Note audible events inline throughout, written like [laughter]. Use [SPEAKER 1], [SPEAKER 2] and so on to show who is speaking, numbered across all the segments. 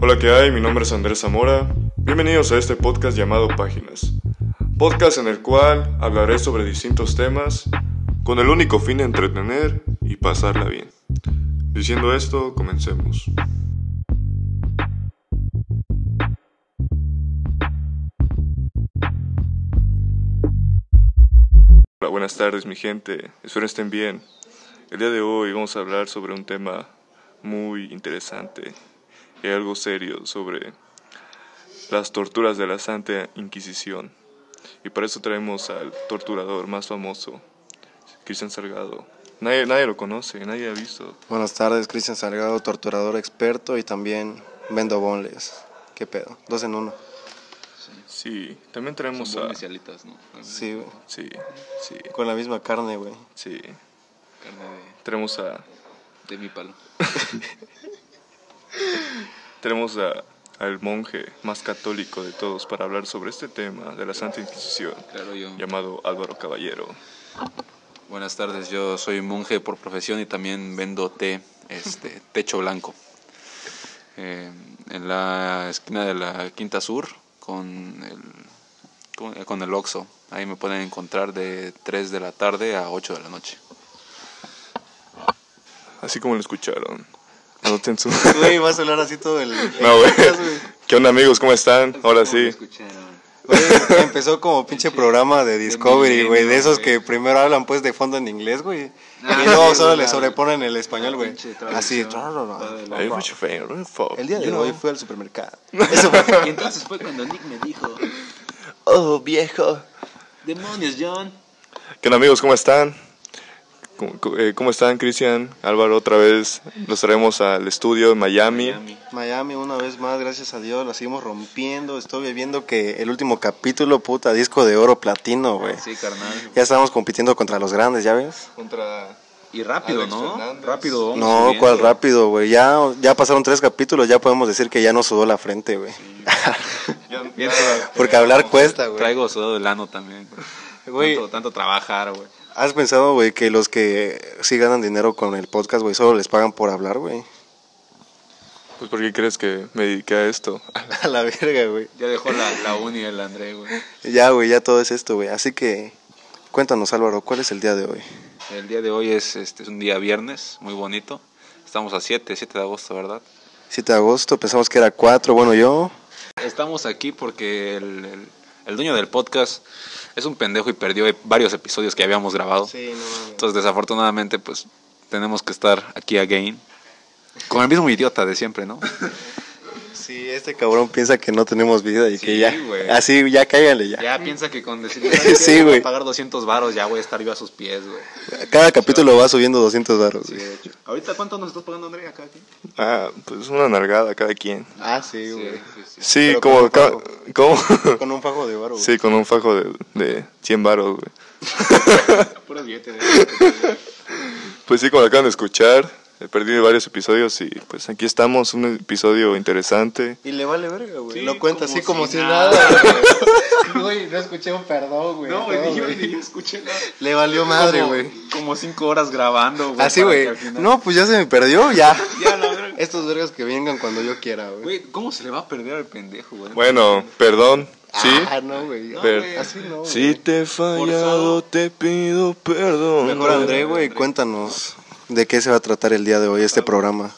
[SPEAKER 1] Hola, ¿qué hay? Mi nombre es Andrés Zamora. Bienvenidos a este podcast llamado Páginas. Podcast en el cual hablaré sobre distintos temas con el único fin de entretener y pasarla bien. Diciendo esto, comencemos. Hola, buenas tardes mi gente, espero estén bien. El día de hoy vamos a hablar sobre un tema muy interesante y algo serio sobre las torturas de la Santa Inquisición. Y para eso traemos al torturador más famoso, Cristian Salgado. Nadie, nadie lo conoce, nadie ha visto.
[SPEAKER 2] Buenas tardes, Cristian Salgado, torturador experto y también vendo bonles. ¿Qué pedo? Dos en uno.
[SPEAKER 1] Sí, también traemos
[SPEAKER 3] Son
[SPEAKER 1] a...
[SPEAKER 3] buenas y alitas, ¿no?
[SPEAKER 2] Sí, güey.
[SPEAKER 1] Sí, sí,
[SPEAKER 2] Con la misma carne, güey.
[SPEAKER 1] sí.
[SPEAKER 3] Carne de,
[SPEAKER 1] Traemos a...
[SPEAKER 3] de mi palo.
[SPEAKER 1] Tenemos a- al monje más católico de todos para hablar sobre este tema de la Santa Inquisición,
[SPEAKER 3] Claro, yo.
[SPEAKER 1] llamado Álvaro Caballero.
[SPEAKER 3] Buenas tardes, yo soy monje por profesión y también vendo té,
[SPEAKER 1] [laughs]
[SPEAKER 3] este, techo blanco. Eh, en la esquina de la Quinta Sur con el, con, con el Oxxo. Ahí me pueden encontrar de 3 de la tarde a 8 de la noche.
[SPEAKER 1] Así como lo escucharon. Anoten su... [laughs]
[SPEAKER 2] Güey, vas a hablar así todo el.
[SPEAKER 1] No,
[SPEAKER 2] [laughs]
[SPEAKER 1] güey. ¿Qué onda amigos? ¿Cómo están? Ahora sí.
[SPEAKER 3] escucharon?
[SPEAKER 2] Güey, empezó como pinche programa de Discovery, güey. De esos que
[SPEAKER 3] milenio,
[SPEAKER 2] primero hablan pues de fondo en inglés, güey.
[SPEAKER 3] Ah,
[SPEAKER 2] Y luego
[SPEAKER 3] sí,
[SPEAKER 2] solo
[SPEAKER 3] güey,
[SPEAKER 2] le
[SPEAKER 3] la-
[SPEAKER 2] sobreponen el español, güey.
[SPEAKER 3] pinche
[SPEAKER 2] Así.
[SPEAKER 3] traducción.
[SPEAKER 2] tra, tra, tra.
[SPEAKER 3] Todo
[SPEAKER 1] Ay, mucho feo, ¿no? Fuck.
[SPEAKER 2] El día de
[SPEAKER 1] You know.
[SPEAKER 2] hoy fui al supermercado. Eso fue.
[SPEAKER 4] [laughs]
[SPEAKER 3] Y entonces fue cuando Nick me dijo,
[SPEAKER 1] Oh, viejo.
[SPEAKER 3] demonios, John.
[SPEAKER 1] ¿Qué onda amigos? ¿Cómo están? ¿Cómo, cómo- eh, cómo están, Cristian? Álvaro, otra vez los traemos al estudio en Miami.
[SPEAKER 2] Miami una vez más, gracias a Dios, la seguimos rompiendo. Estoy viendo que el último capítulo, puta, disco de oro platino, güey.
[SPEAKER 3] Sí, carnal.
[SPEAKER 2] Ya estábamos compitiendo contra los grandes, ¿ya ves?
[SPEAKER 1] Contra...
[SPEAKER 3] Y rápido,
[SPEAKER 1] Alex
[SPEAKER 3] ¿no?
[SPEAKER 1] Fernández.
[SPEAKER 3] Rápido. vamos
[SPEAKER 2] No,
[SPEAKER 3] subiendo.
[SPEAKER 2] cuál rápido, güey. Ya, ya pasaron tres capítulos, ya podemos decir que ya nos sudó la frente, güey.
[SPEAKER 3] Bien, tra-
[SPEAKER 2] [laughs] Porque hablar cuesta, güey.
[SPEAKER 3] Traigo sudado del ano también.
[SPEAKER 2] Güey.
[SPEAKER 3] Tanto, tanto trabajar, güey.
[SPEAKER 2] ¿Has pensado, güey, que los que sí ganan dinero con el podcast, güey, solo les pagan por hablar, güey?
[SPEAKER 1] Pues, ¿por qué crees que me dediqué a esto?
[SPEAKER 2] [laughs]
[SPEAKER 1] [laughs]
[SPEAKER 2] A la verga, güey.
[SPEAKER 3] Ya dejó la, la uni el André, güey.
[SPEAKER 2] Ya, güey, ya todo es esto, güey. Así que, cuéntanos, Álvaro, ¿cuál es el día de hoy?
[SPEAKER 3] El día de hoy es, este, es un día viernes, muy bonito. Estamos a 7, 7 de agosto, ¿verdad?
[SPEAKER 2] 7 de agosto, pensamos que era 4, bueno, yo...
[SPEAKER 3] Estamos aquí porque el, el- el dueño del podcast es un pendejo y perdió e- varios episodios que habíamos grabado. Entonces, desafortunadamente, pues tenemos que estar aquí again. Con el mismo idiota de siempre, ¿no?
[SPEAKER 2] Sí, este cabrón piensa que no tenemos vida y
[SPEAKER 3] Sí,
[SPEAKER 2] que ya.
[SPEAKER 3] güey.
[SPEAKER 2] Así, ya cáigale ya.
[SPEAKER 3] Ya piensa que con
[SPEAKER 2] [laughs]
[SPEAKER 3] decir
[SPEAKER 2] Sí,
[SPEAKER 3] sí,
[SPEAKER 2] güey.
[SPEAKER 3] güey. pagar 200 varos, ya voy a estar yo a sus pies, güey.
[SPEAKER 2] Cada capítulo va subiendo 200 baros. güey.
[SPEAKER 3] Ahorita, ¿cuánto nos estás pagando, André, acá? Aquí?
[SPEAKER 1] Ah, pues una nargada cada quien.
[SPEAKER 2] Ah, sí,
[SPEAKER 1] Sí,
[SPEAKER 2] Pero
[SPEAKER 1] como...
[SPEAKER 2] con
[SPEAKER 1] ca-
[SPEAKER 2] un
[SPEAKER 1] ¿Cómo? [laughs]
[SPEAKER 2] Con un fajo de varo, güey.
[SPEAKER 1] Sí, con un fajo de, de 100 baros, güey.
[SPEAKER 3] Puro billete de...
[SPEAKER 2] [laughs]
[SPEAKER 1] Pues sí, como lo acaban de escuchar, he perdido varios episodios y pues aquí estamos, un episodio interesante.
[SPEAKER 2] Y le vale verga, güey.
[SPEAKER 3] Sí,
[SPEAKER 2] lo cuenta
[SPEAKER 3] como
[SPEAKER 2] así como
[SPEAKER 3] si
[SPEAKER 2] si
[SPEAKER 3] nada,
[SPEAKER 2] nada. [laughs] güey. Güey, no escuché un perdón, güey.
[SPEAKER 3] No, güey,
[SPEAKER 2] güey.
[SPEAKER 3] yo, yo escuché la...
[SPEAKER 2] Le valió madre,
[SPEAKER 3] como-
[SPEAKER 2] güey.
[SPEAKER 3] Como cinco horas grabando, güey.
[SPEAKER 2] Así,
[SPEAKER 3] para
[SPEAKER 2] güey.
[SPEAKER 3] que al final-
[SPEAKER 2] No, pues ya se me perdió, ya.
[SPEAKER 3] Ya, la verga.
[SPEAKER 2] Estos vergas que vengan cuando yo quiera, güey.
[SPEAKER 3] Güey, ¿cómo se le va a perder al pendejo, güey?
[SPEAKER 1] Bueno, perdón, ¿sí?
[SPEAKER 2] Ah, no, güey.
[SPEAKER 3] No,
[SPEAKER 1] pero-
[SPEAKER 3] güey.
[SPEAKER 2] Así no, güey.
[SPEAKER 1] Si te he fallado,
[SPEAKER 3] Forzado.
[SPEAKER 1] te pido perdón.
[SPEAKER 2] Mejor André, güey, cuéntanos de qué se va a tratar el día de hoy este programa.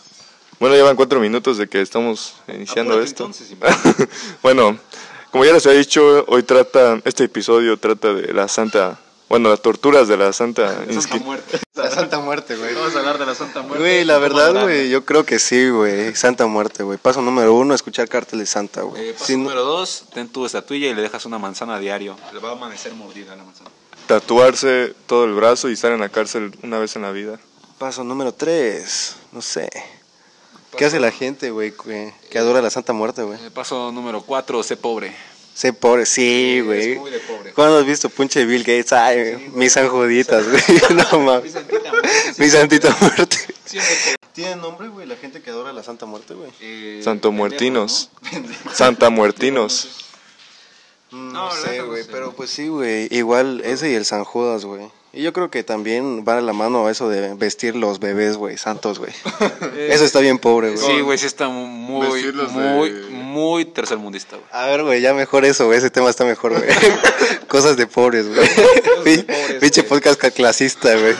[SPEAKER 1] Bueno, llevan cuatro minutos de que estamos iniciando
[SPEAKER 3] Apúrate
[SPEAKER 1] esto.
[SPEAKER 3] entonces, imbécil.
[SPEAKER 1] [laughs] bueno, como ya les he dicho, hoy trata, este episodio trata de la santa, bueno, las torturas de la santa,
[SPEAKER 3] La Santa
[SPEAKER 1] Insqui-
[SPEAKER 3] Muerte.
[SPEAKER 2] [laughs] La Santa Muerte, güey.
[SPEAKER 3] Vamos a hablar de la Santa Muerte.
[SPEAKER 2] Güey, la
[SPEAKER 3] ¿Cómo
[SPEAKER 2] verdad,
[SPEAKER 3] andará?
[SPEAKER 2] güey, yo creo que sí, güey. Santa Muerte, güey. Paso número uno, escuchar carteles Santa, güey.
[SPEAKER 3] Eh, paso
[SPEAKER 2] Si no-
[SPEAKER 3] número dos, ten tu estatuilla y le dejas una manzana a diario. Le va a amanecer mordida la manzana.
[SPEAKER 1] tatuarse todo el brazo y estar en la cárcel una vez en la vida.
[SPEAKER 2] Paso número tres, no sé. ¿Qué hace la gente, güey, que, que adora la Santa Muerte, güey?
[SPEAKER 3] Eh, paso número cuatro, sé pobre.
[SPEAKER 2] Sé pobre, sí, güey.
[SPEAKER 3] muy de pobre.
[SPEAKER 2] ¿Cuándo has visto punche Bill Gates? Ay, mis [laughs] anjuditas, güey. no mames. Mi Santita Muerte.
[SPEAKER 3] Siempre
[SPEAKER 2] ¿Tiene nombre, güey, la gente que adora la Santa Muerte, güey?
[SPEAKER 4] eh,
[SPEAKER 3] pobre.
[SPEAKER 1] Santo Muertinos. Santa Muertinos.
[SPEAKER 2] No,
[SPEAKER 3] No,
[SPEAKER 2] Mm,
[SPEAKER 3] la
[SPEAKER 2] sé,
[SPEAKER 3] neta no
[SPEAKER 2] güey,
[SPEAKER 3] sé,
[SPEAKER 2] pero
[SPEAKER 3] güey.
[SPEAKER 2] pues sí, güey. Igual ese y el San Judas, güey. Y yo creo que también va de la mano eso de vestir los bebés, güey, santos, güey. eso está bien pobre, güey.
[SPEAKER 4] Sí, güey, sí está muy,
[SPEAKER 3] Vestirlos de-
[SPEAKER 4] muy, muy tercermundista, güey.
[SPEAKER 2] A ver, güey, ya mejor eso, güey. Ese tema está mejor, güey. Cosas de pobres, güey. Pi- Pinche podcast ca- clasista, güey.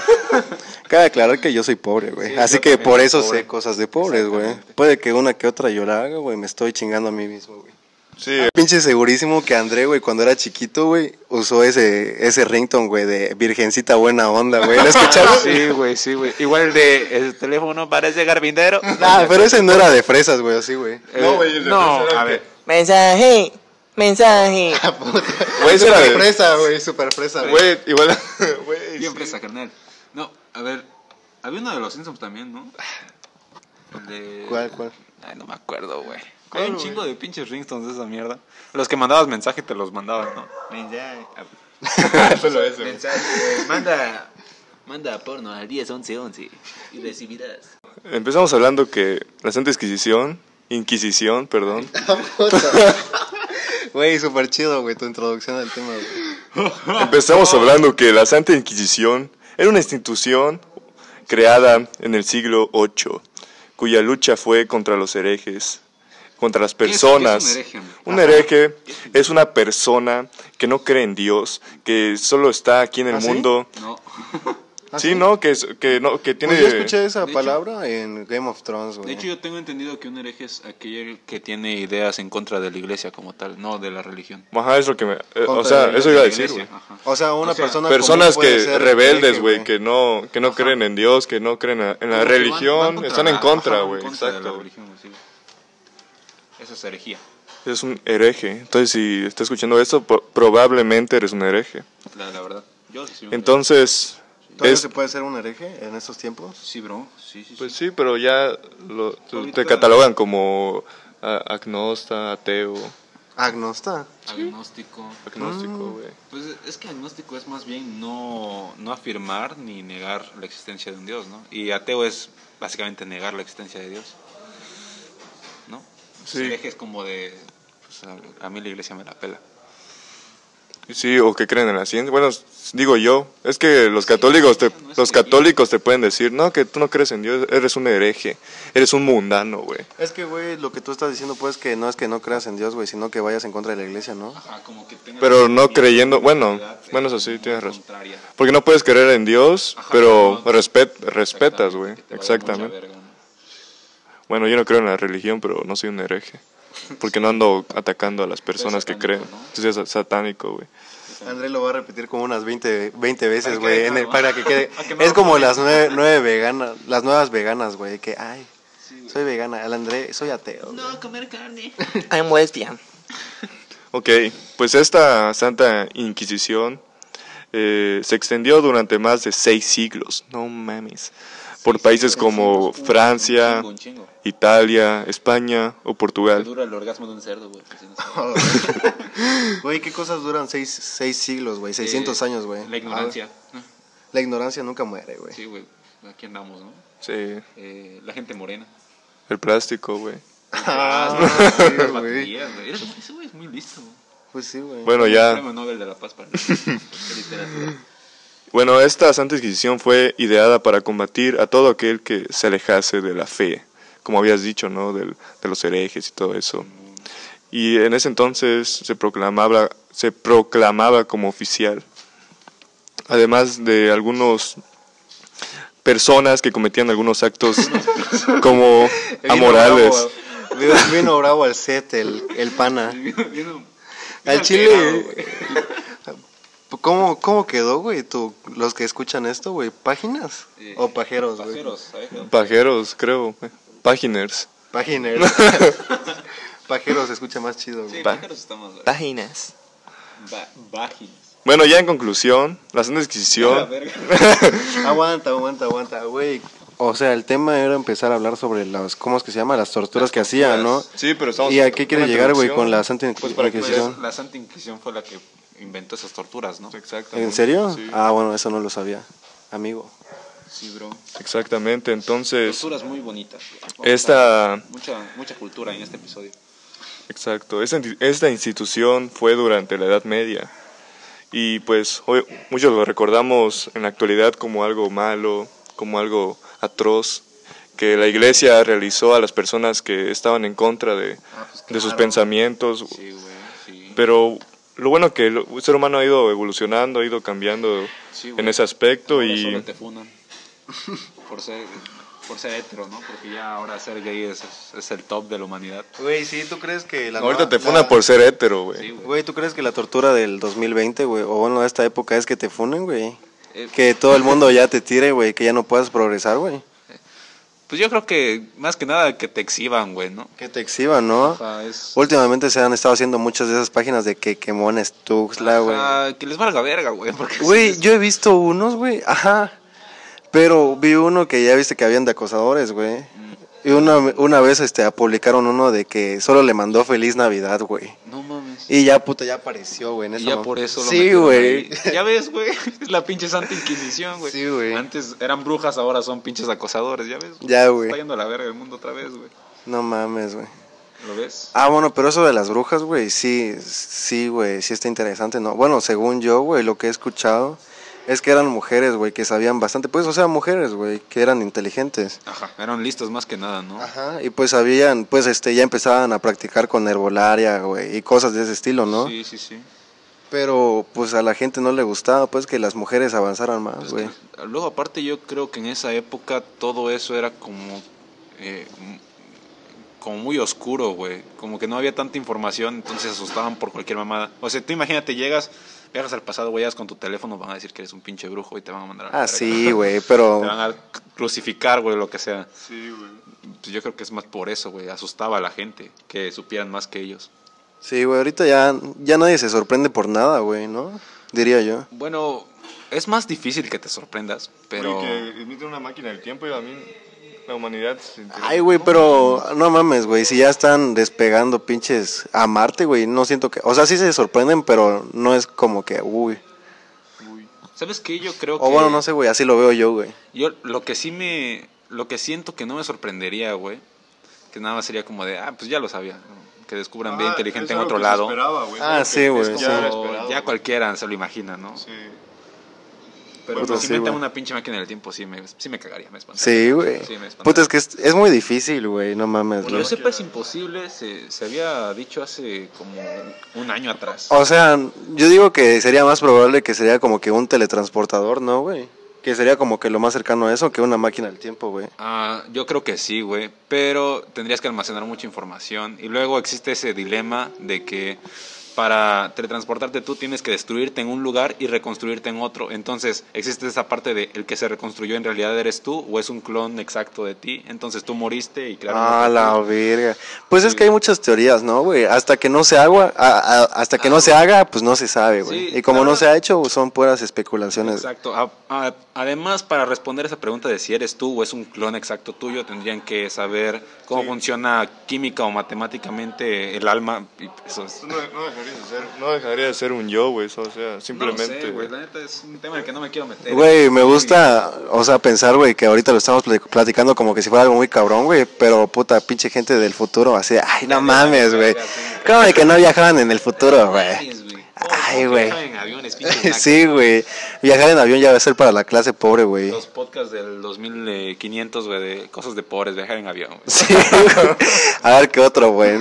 [SPEAKER 2] Cabe aclarar que yo soy pobre, güey. Así que por eso sé cosas de pobres, güey. Puede que una que otra yo la haga, güey. Me estoy chingando a mí mismo, güey.
[SPEAKER 1] Sí,
[SPEAKER 3] Ah,
[SPEAKER 2] Pinche segurísimo que André, güey, cuando era chiquito, güey, usó ese, ese ringtone, güey, de Virgencita Buena Onda, güey. ¿Lo [laughs] escucharon?
[SPEAKER 4] Sí, güey, sí, güey. Igual el de el teléfono parece [laughs] carpintero. Eh,
[SPEAKER 2] Nah, Ah, pero ese no era de fresas, güey, así, güey.
[SPEAKER 3] No, güey, el de
[SPEAKER 4] No,
[SPEAKER 3] fresa era
[SPEAKER 4] a
[SPEAKER 3] el
[SPEAKER 4] ver.
[SPEAKER 5] Mensaje,
[SPEAKER 2] [laughs]
[SPEAKER 5] mensaje.
[SPEAKER 2] Güey,
[SPEAKER 3] ese era de-
[SPEAKER 2] fresa, güey, super fresa,
[SPEAKER 3] Güey, igual. güey,
[SPEAKER 4] Bien
[SPEAKER 3] sí.
[SPEAKER 4] presa, carnal. No, a ver. Había uno de los Simpsons también, ¿no? El de.
[SPEAKER 2] ¿Cuál, cuál?
[SPEAKER 4] Ay, no me acuerdo, güey. Hay un chingo de pinches ringtones de esa mierda. Los que mandabas mensaje te los mandabas, ¿no? Mensaje.
[SPEAKER 3] Solo eso. güey.
[SPEAKER 4] Manda. Manda porno al 10 11 11 y recibirás.
[SPEAKER 1] [laughs] empezamos hablando que la Santa Inquisición, Inquisición, perdón,
[SPEAKER 2] Güey, súper chido, güey, tu introducción al tema, güey.
[SPEAKER 1] Empezamos hablando que la Santa Inquisición era una institución creada en el siglo VIII, cuya lucha fue contra los herejes, contra las
[SPEAKER 4] es- qué es un
[SPEAKER 1] personas.
[SPEAKER 4] hereje?
[SPEAKER 1] un hereje es una persona que no cree en Dios, que solo está aquí en el
[SPEAKER 2] ¿Ah, sí? ¿Ah,
[SPEAKER 1] mundo.
[SPEAKER 4] No.
[SPEAKER 1] sí, no, que, es- que no, que tiene.
[SPEAKER 2] Güey, yo Pues escuché esa
[SPEAKER 4] de
[SPEAKER 2] palabra en Game of Thrones,
[SPEAKER 4] De
[SPEAKER 2] güey.
[SPEAKER 4] hecho, yo tengo entendido que un hereje es aquel que tiene ideas en contra de la iglesia como tal, no de la religión.
[SPEAKER 1] Ajá, es lo que me. eh, o
[SPEAKER 2] Contra
[SPEAKER 1] sea,
[SPEAKER 2] la
[SPEAKER 1] eso iba a
[SPEAKER 4] La
[SPEAKER 1] decir,
[SPEAKER 4] iglesia,
[SPEAKER 1] güey.
[SPEAKER 4] ajá.
[SPEAKER 2] O sea, una
[SPEAKER 4] O sea,
[SPEAKER 2] persona.
[SPEAKER 1] Personas
[SPEAKER 2] común puede
[SPEAKER 1] que
[SPEAKER 2] ser
[SPEAKER 1] rebeldes,
[SPEAKER 2] hereje,
[SPEAKER 1] güey, que no, que no creen en Dios, que no creen en la
[SPEAKER 4] Como que van- van
[SPEAKER 1] religión,
[SPEAKER 4] contra
[SPEAKER 1] están
[SPEAKER 4] la-
[SPEAKER 1] en contra,
[SPEAKER 4] ajá,
[SPEAKER 1] güey.
[SPEAKER 4] contra de la
[SPEAKER 1] Exacto.
[SPEAKER 4] religión, güey, sí, güey. Eso es herejía.
[SPEAKER 1] Es un hereje. Entonces, si está escuchando esto, po- probablemente eres un hereje.
[SPEAKER 4] La, la verdad. Yo sí soy un
[SPEAKER 1] Entonces,
[SPEAKER 2] ¿Todavía
[SPEAKER 1] es-
[SPEAKER 2] se puede ser un hereje en estos tiempos?
[SPEAKER 4] Sí, bro. Sí, sí, sí.
[SPEAKER 1] pues sí, pero ya lo-
[SPEAKER 4] Ahorita-
[SPEAKER 1] te catalogan como a- agnosta, ateo,
[SPEAKER 2] Agnosta.
[SPEAKER 4] Agnóstico.
[SPEAKER 1] agnóstico, güey.
[SPEAKER 4] Pues es que agnóstico es más bien no, no afirmar ni negar la existencia de un Dios, ¿no? Y ateo es básicamente negar la existencia de Dios. ¿No?
[SPEAKER 1] Sí.
[SPEAKER 4] Hereje es como de. pues, a, a mí la iglesia me la pela.
[SPEAKER 1] Sí, o que creen en la ciencia. Bueno, s- digo yo, es que los católicos te,
[SPEAKER 4] no es
[SPEAKER 1] los
[SPEAKER 4] herejía.
[SPEAKER 1] católicos te pueden decir, no, que tú no crees en Dios, eres un hereje, eres un mundano, güey.
[SPEAKER 2] Es que, güey, lo que tú estás diciendo, pues, que no es que no creas en Dios, güey, sino que vayas en contra de la iglesia, ¿no?
[SPEAKER 4] Ajá, como que tenga-
[SPEAKER 1] Pero no creyendo, bueno,
[SPEAKER 4] Realidad,
[SPEAKER 1] bueno,
[SPEAKER 4] eh,
[SPEAKER 1] eso sí, tienes razón.
[SPEAKER 4] contraria.
[SPEAKER 1] Porque no puedes creer en Dios,
[SPEAKER 4] Ajá,
[SPEAKER 1] pero
[SPEAKER 4] no.
[SPEAKER 1] respet- respetas, güey.
[SPEAKER 4] Que te vaya
[SPEAKER 1] Exactamente.
[SPEAKER 4] mucha verga, ¿no?
[SPEAKER 1] Bueno, yo no creo en la religión, pero no soy un hereje. Porque no ando atacando a las personas que creen.
[SPEAKER 4] satánico, ¿no?
[SPEAKER 1] Entonces es satánico, güey.
[SPEAKER 2] André lo va a repetir como unas 20, 20 veces,
[SPEAKER 4] que
[SPEAKER 2] güey,
[SPEAKER 4] quede
[SPEAKER 2] en el-
[SPEAKER 4] claro.
[SPEAKER 2] para que quede.
[SPEAKER 4] Para que no
[SPEAKER 2] es
[SPEAKER 4] lo
[SPEAKER 2] como las nueve, nueve veganas, las nuevas veganas, güey, que, ay, soy vegana. El André, soy ateo. güey.
[SPEAKER 5] I'm lesbian.
[SPEAKER 1] Ok, pues esta santa inquisición eh, se extendió durante más de seis siglos. No mames. Por países como Francia,
[SPEAKER 4] Un chingo, un chingo.
[SPEAKER 1] Italia, España o Portugal.
[SPEAKER 4] Dura el orgasmo de un cerdo, güey. pues, sí, no sé.
[SPEAKER 2] Güey, ¿qué cosas duran seis, seis siglos, güey? 600
[SPEAKER 4] Eh,
[SPEAKER 2] años, güey.
[SPEAKER 4] La ignorancia.
[SPEAKER 2] Ah, la ignorancia nunca muere, güey.
[SPEAKER 4] Sí, güey. Aquí andamos, ¿no?
[SPEAKER 1] Sí,
[SPEAKER 4] Eh, la gente morena.
[SPEAKER 1] el plástico, güey.
[SPEAKER 2] Ah, sí, güey.
[SPEAKER 4] Las baterías, güey. Eres- Ese güey es muy listo. güey.
[SPEAKER 2] Pues sí, güey.
[SPEAKER 1] Bueno, ya.
[SPEAKER 4] Premio Nobel de la Paz para la literatura.
[SPEAKER 1] Bueno, esta santa inquisición fue ideada para combatir a todo aquel que se alejase de la fe, como habías dicho, ¿no? Del- de los herejes y todo eso. Y en ese entonces se proclamaba, se proclamaba como oficial. Además de algunos personas que cometían algunos actos como
[SPEAKER 2] Vino
[SPEAKER 1] amorales.
[SPEAKER 2] bravo, Vino, vino bravo al set, el, el pana.
[SPEAKER 4] Vino-
[SPEAKER 2] Al
[SPEAKER 4] vino alterado,
[SPEAKER 2] chile.
[SPEAKER 4] güey.
[SPEAKER 2] [laughs] ¿Cómo, ¿Cómo quedó, güey? tú- Los que escuchan esto, güey. ¿Páginas?
[SPEAKER 4] Eh,
[SPEAKER 2] ¿O pajeros, güey?
[SPEAKER 4] Pajeros, ¿sabes?
[SPEAKER 1] Pajeros, creo. Paginers.
[SPEAKER 2] Páginas. pajeros se escucha más chido,
[SPEAKER 4] Sí,
[SPEAKER 2] güey.
[SPEAKER 1] Pa-
[SPEAKER 4] pajeros estamos. güey.
[SPEAKER 5] Páginas.
[SPEAKER 4] Ba- Vaginas.
[SPEAKER 1] Bueno, ya en conclusión, la santa
[SPEAKER 4] La
[SPEAKER 1] inquisición...
[SPEAKER 4] verga.
[SPEAKER 2] [laughs] Aguanta, aguanta, aguanta, güey. O sea, el tema era empezar a hablar sobre las, ¿cómo es que se llama? Las torturas que hacían, ¿no?
[SPEAKER 1] Sí, pero estamos...
[SPEAKER 2] ¿Y a qué quiere
[SPEAKER 1] una
[SPEAKER 2] llegar, güey,
[SPEAKER 1] introducción.
[SPEAKER 2] con la Santa
[SPEAKER 1] Pues para que
[SPEAKER 4] Pues,
[SPEAKER 2] Inquisición?
[SPEAKER 4] la Santa Inquisición fue la que inventó esas torturas, ¿no?
[SPEAKER 1] Exactamente.
[SPEAKER 2] ¿En serio?
[SPEAKER 1] Sí.
[SPEAKER 2] Ah, bueno, eso no lo sabía, amigo.
[SPEAKER 4] Sí, bro.
[SPEAKER 1] Exactamente, entonces
[SPEAKER 4] Torturas muy bonitas. güey.
[SPEAKER 1] esta
[SPEAKER 4] Mucha, mucha cultura en este episodio.
[SPEAKER 1] exacto, esta, esta institución fue durante la Edad Media Y pues hoy muchos lo recordamos en la actualidad como algo malo, como algo atroz que la iglesia realizó a las personas que estaban en contra de,
[SPEAKER 6] Ah, pues
[SPEAKER 1] de sus
[SPEAKER 6] claro.
[SPEAKER 1] pensamientos.
[SPEAKER 4] Sí, güey, sí.
[SPEAKER 1] Pero lo bueno que el ser humano ha ido evolucionando, ha ido cambiando
[SPEAKER 4] Sí, güey.
[SPEAKER 1] en ese aspecto
[SPEAKER 4] Ahora
[SPEAKER 1] y
[SPEAKER 4] solo te funan por ser, por ser hetero, ¿no? Porque ya ahora ser gay es, es- es el top de la humanidad.
[SPEAKER 2] Güey, sí, ¿tú crees que la
[SPEAKER 1] ahorita
[SPEAKER 2] nueva-
[SPEAKER 1] te
[SPEAKER 2] la-
[SPEAKER 1] funan por ser hétero, güey.
[SPEAKER 4] Sí, güey.
[SPEAKER 2] Güey, ¿tú crees que la tortura del 2020, güey, o bueno, de esta época es que te funen, güey?
[SPEAKER 4] Eh,
[SPEAKER 2] Que todo el mundo ya te tire, güey, que ya no puedas progresar, güey.
[SPEAKER 4] Pues yo creo que más que nada que te exhiban, güey, ¿no?
[SPEAKER 2] Que te exhiban, ¿no?
[SPEAKER 4] O sea, es...
[SPEAKER 2] Últimamente se han estado haciendo muchas de esas páginas de que quemones Tuxla, güey.
[SPEAKER 4] Ajá, que les valga verga, güey. Porque
[SPEAKER 2] Güey, yo he visto unos, güey, ajá. Pero vi uno que ya viste que habían de acosadores, güey. Y una, una vez este, publicaron uno de que solo le mandó Feliz Navidad, güey.
[SPEAKER 4] No mames.
[SPEAKER 2] Y ya, puta, ya apareció, güey. en
[SPEAKER 4] Y
[SPEAKER 2] esa
[SPEAKER 4] ya
[SPEAKER 2] mam-
[SPEAKER 4] por eso lo
[SPEAKER 2] Sí,
[SPEAKER 4] metieron
[SPEAKER 2] güey.
[SPEAKER 4] ahí. Ya ves, güey. [laughs] Es la pinche santa inquisición, güey.
[SPEAKER 2] Sí, güey.
[SPEAKER 4] Antes eran brujas, ahora son pinches acosadores, ya ves.
[SPEAKER 2] Ya, güey.
[SPEAKER 4] Está yendo a la verga el mundo otra vez, güey.
[SPEAKER 2] No mames, güey.
[SPEAKER 4] ¿Lo ves?
[SPEAKER 2] Ah, bueno, pero eso de las brujas, güey, sí, sí, güey, sí está interesante, ¿no? Bueno, según yo, güey, lo que he escuchado es que eran mujeres, güey, que sabían bastante, pues, o sea, mujeres, güey, que eran inteligentes.
[SPEAKER 4] Ajá. Eran listos más que nada, ¿no?
[SPEAKER 2] Ajá, y pues sabían, pues, este, ya empezaban a practicar con herbolaria, güey, y cosas de ese estilo, ¿no?
[SPEAKER 4] Sí, sí, sí.
[SPEAKER 2] Pero, pues, a la gente no le gustaba, pues, que las mujeres avanzaran más,
[SPEAKER 4] Pues
[SPEAKER 2] güey.
[SPEAKER 4] que- luego, aparte, yo creo que en esa época todo eso era como. eh, m- como muy oscuro, güey. Como que no había tanta información, entonces se asustaban por cualquier mamada. O sea, tú imagínate, llegas, viajas al pasado, güey, llegas con tu teléfono, van a decir que eres un pinche brujo y te van a mandar a la
[SPEAKER 2] Ah,
[SPEAKER 4] verga.
[SPEAKER 2] sí, güey,
[SPEAKER 4] Te
[SPEAKER 2] pero...
[SPEAKER 4] van a crucificar, güey, lo que sea. Sí, güey. yo creo que es más por eso, güey. Asustaba a la gente, que supieran más que ellos.
[SPEAKER 2] Sí, güey, ahorita ya, ya nadie se sorprende por nada, güey, ¿no? Diría yo.
[SPEAKER 4] Bueno, es más difícil que te sorprendas, pero.
[SPEAKER 1] Oye, que emite una máquina del tiempo y a mí la humanidad se entera.
[SPEAKER 2] Ay, güey, pero no mames, güey. Si ya están despegando pinches a Marte, güey, no siento que. O sea, sí se sorprenden, pero no es como que, uy.
[SPEAKER 4] ¿Sabes qué? Yo creo que.
[SPEAKER 2] O bueno, no sé, güey, así lo veo yo, güey.
[SPEAKER 4] Yo lo que sí me. Lo que siento que no me sorprendería, güey. Que nada más sería como de, ah, pues ya lo sabía. ¿no? Que
[SPEAKER 1] Ah,
[SPEAKER 4] descubran bien inteligente en otro lado.
[SPEAKER 2] Ah, sí, güey.
[SPEAKER 4] Como
[SPEAKER 2] sí.
[SPEAKER 1] era esperado,
[SPEAKER 4] ya
[SPEAKER 1] güey.
[SPEAKER 4] cualquiera se lo imagina, ¿no? Pero pues,
[SPEAKER 2] Puta,
[SPEAKER 4] si
[SPEAKER 2] sí,
[SPEAKER 4] inventan
[SPEAKER 2] güey.
[SPEAKER 4] una pinche máquina del tiempo, sí me, sí me cagaría, me espantaría.
[SPEAKER 2] Sí, güey.
[SPEAKER 4] Sí, me espantaría.
[SPEAKER 2] Puta, es que es, es muy difícil, güey, no mames,
[SPEAKER 4] Por lo
[SPEAKER 2] güey.
[SPEAKER 4] que sepa, es imposible. Se, se había dicho hace como un año atrás.
[SPEAKER 2] O sea, yo digo que sería más probable que sería como que un teletransportador, ¿no, güey? Que sería como que lo más cercano a eso que una máquina del tiempo, güey.
[SPEAKER 4] Ah, yo creo que sí, güey. Pero tendrías que almacenar mucha información. Y luego existe ese dilema de que para teletransportarte tú tienes que destruirte en un lugar y reconstruirte en otro. Entonces existe esa parte de el que se reconstruyó en realidad eres tú o es un clon exacto de ti. Entonces tú moriste y crearon.
[SPEAKER 2] Ah,
[SPEAKER 4] otro
[SPEAKER 2] la
[SPEAKER 4] clon.
[SPEAKER 2] verga. Pues es que hay muchas teorías, ¿no, güey? Hasta que no se haga, a- a- hasta que no se haga, pues no se sabe, güey.
[SPEAKER 4] Ah. Sí,
[SPEAKER 2] y como
[SPEAKER 4] claro.
[SPEAKER 2] no se ha hecho, pues son puras especulaciones.
[SPEAKER 4] Exacto. A- a- además, para responder esa pregunta de si eres tú o es un clon exacto tuyo, tendrían que saber cómo funciona química o matemáticamente el alma. y Eso es.
[SPEAKER 1] No, no dejaría de ser, no dejaría de ser un yo, güey. O sea, simplemente.
[SPEAKER 4] No lo sé, güey. La neta es un tema en el que no me quiero meter.
[SPEAKER 2] Güey, me gusta, o sea, pensar, güey, que ahorita lo estamos pl- platicando como que si fuera algo muy cabrón, güey, pero puta, pinche gente del futuro, así, ay, no mames, güey. ¿Cómo de que no viajaban en el futuro, güey?
[SPEAKER 4] Aviones, güey.
[SPEAKER 2] Ay,
[SPEAKER 4] ¿Cómo
[SPEAKER 2] güey.
[SPEAKER 4] viajan en aviones,
[SPEAKER 2] [laughs]
[SPEAKER 4] pinches
[SPEAKER 2] Sí, güey. Viajar en avión ya va a ser para la clase pobre, güey.
[SPEAKER 4] Los podcasts del 2500, güey, de cosas de pobres, viajar en avión. güey.
[SPEAKER 2] Sí, güey. A ver qué otro, güey.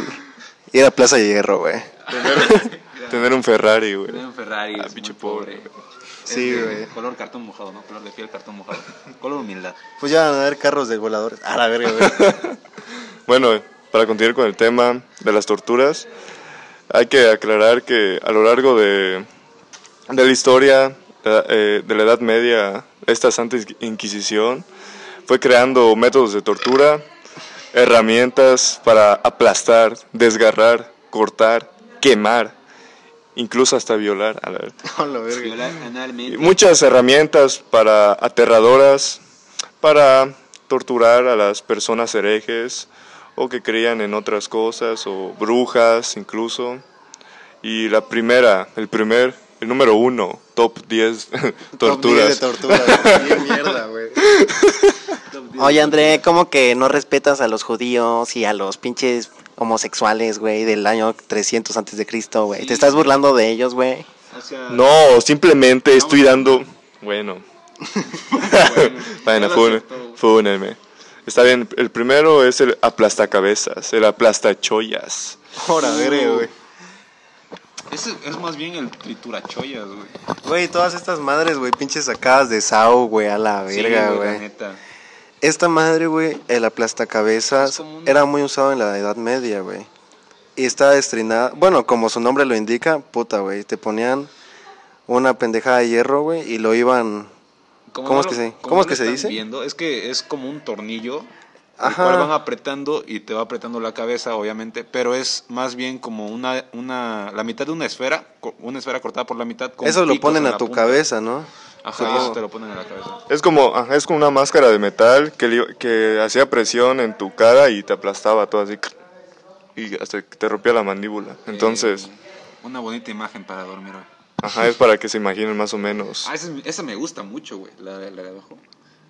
[SPEAKER 2] Ir a Plaza Hierro, güey.
[SPEAKER 1] Tener un Ferrari, güey.
[SPEAKER 4] Tener un Ferrari, es
[SPEAKER 1] pinche
[SPEAKER 4] muy Ah, pobre.
[SPEAKER 2] Sí,
[SPEAKER 4] Es de
[SPEAKER 2] güey.
[SPEAKER 4] Color cartón mojado, ¿no? Color de piel, cartón mojado. Color humildad.
[SPEAKER 2] Pues ya van a haber carros de voladores. A la verga,
[SPEAKER 7] [laughs]
[SPEAKER 2] güey.
[SPEAKER 1] Bueno, para continuar con el tema de las torturas, hay que aclarar que a lo largo de, de la historia eh, eh, de la Edad Media, esta Santa Inqui- Inquisición fue creando métodos de tortura, herramientas para aplastar, desgarrar, cortar, quemar, incluso hasta violar. A la-
[SPEAKER 2] A la verga.
[SPEAKER 4] Violar analmente.
[SPEAKER 1] muchas herramientas para aterradoras para torturar a las personas herejes o que creían en otras cosas o brujas incluso y la primera el primer el número uno top 10 [laughs] torturas
[SPEAKER 2] torturas. [laughs] Bien mierda, güey.
[SPEAKER 7] Oye, André, ¿cómo que no respetas a los judíos y a los pinches homosexuales, güey, del año 300 antes de Cristo, güey? ¿Te estás burlando de ellos, güey?
[SPEAKER 4] O sea,
[SPEAKER 1] No, simplemente estoy dando. Bueno. Bueno,
[SPEAKER 4] lo
[SPEAKER 1] fune-
[SPEAKER 4] acepto, güey.
[SPEAKER 1] fúnenme. Está bien, el primero es el aplastacabezas, el aplastachollas.
[SPEAKER 2] Ahora, verga, güey.
[SPEAKER 4] ese es más bien el triturachoyas, güey.
[SPEAKER 2] Güey, todas estas madres, güey, pinches sacadas de Sao, güey, a la
[SPEAKER 4] Sí,
[SPEAKER 2] verga,
[SPEAKER 4] güey, la
[SPEAKER 2] güey.
[SPEAKER 4] neta.
[SPEAKER 2] Esta madre, güey, el
[SPEAKER 4] Es
[SPEAKER 2] aplastacabezas,
[SPEAKER 4] como un-
[SPEAKER 2] era muy usado en la Edad Media, güey. Y estaba estrenada, bueno, como su nombre lo indica, puta, güey, te ponían una pendejada de hierro, güey, y lo iban... ¿Cómo es
[SPEAKER 4] lo-
[SPEAKER 2] que se-
[SPEAKER 4] como
[SPEAKER 2] cómo es
[SPEAKER 4] lo
[SPEAKER 2] que se
[SPEAKER 4] están
[SPEAKER 2] dice?
[SPEAKER 4] viendo, es que es como un tornillo.
[SPEAKER 2] Ajá.
[SPEAKER 4] Ajá. Cual van apretando y te va apretando la cabeza, obviamente. Pero es más bien como una, una la mitad de una esfera, co- una esfera cortada por la mitad. con
[SPEAKER 2] Eso lo
[SPEAKER 4] picos
[SPEAKER 2] ponen
[SPEAKER 4] en
[SPEAKER 2] a
[SPEAKER 4] la
[SPEAKER 2] tu
[SPEAKER 4] punta.
[SPEAKER 2] cabeza, ¿no?
[SPEAKER 4] Ajá, y eso te lo ponen en la cabeza.
[SPEAKER 1] Es como, ajá, es como una máscara de metal que, li- que hacía presión en tu cara y te aplastaba todo así. Y hasta que te rompía la mandíbula. Entonces,
[SPEAKER 4] Una bonita imagen para dormir hoy.
[SPEAKER 1] ajá, es para que se imaginen más o menos.
[SPEAKER 4] Ah, esa, es- esa me gusta mucho, güey. La, de- la de abajo.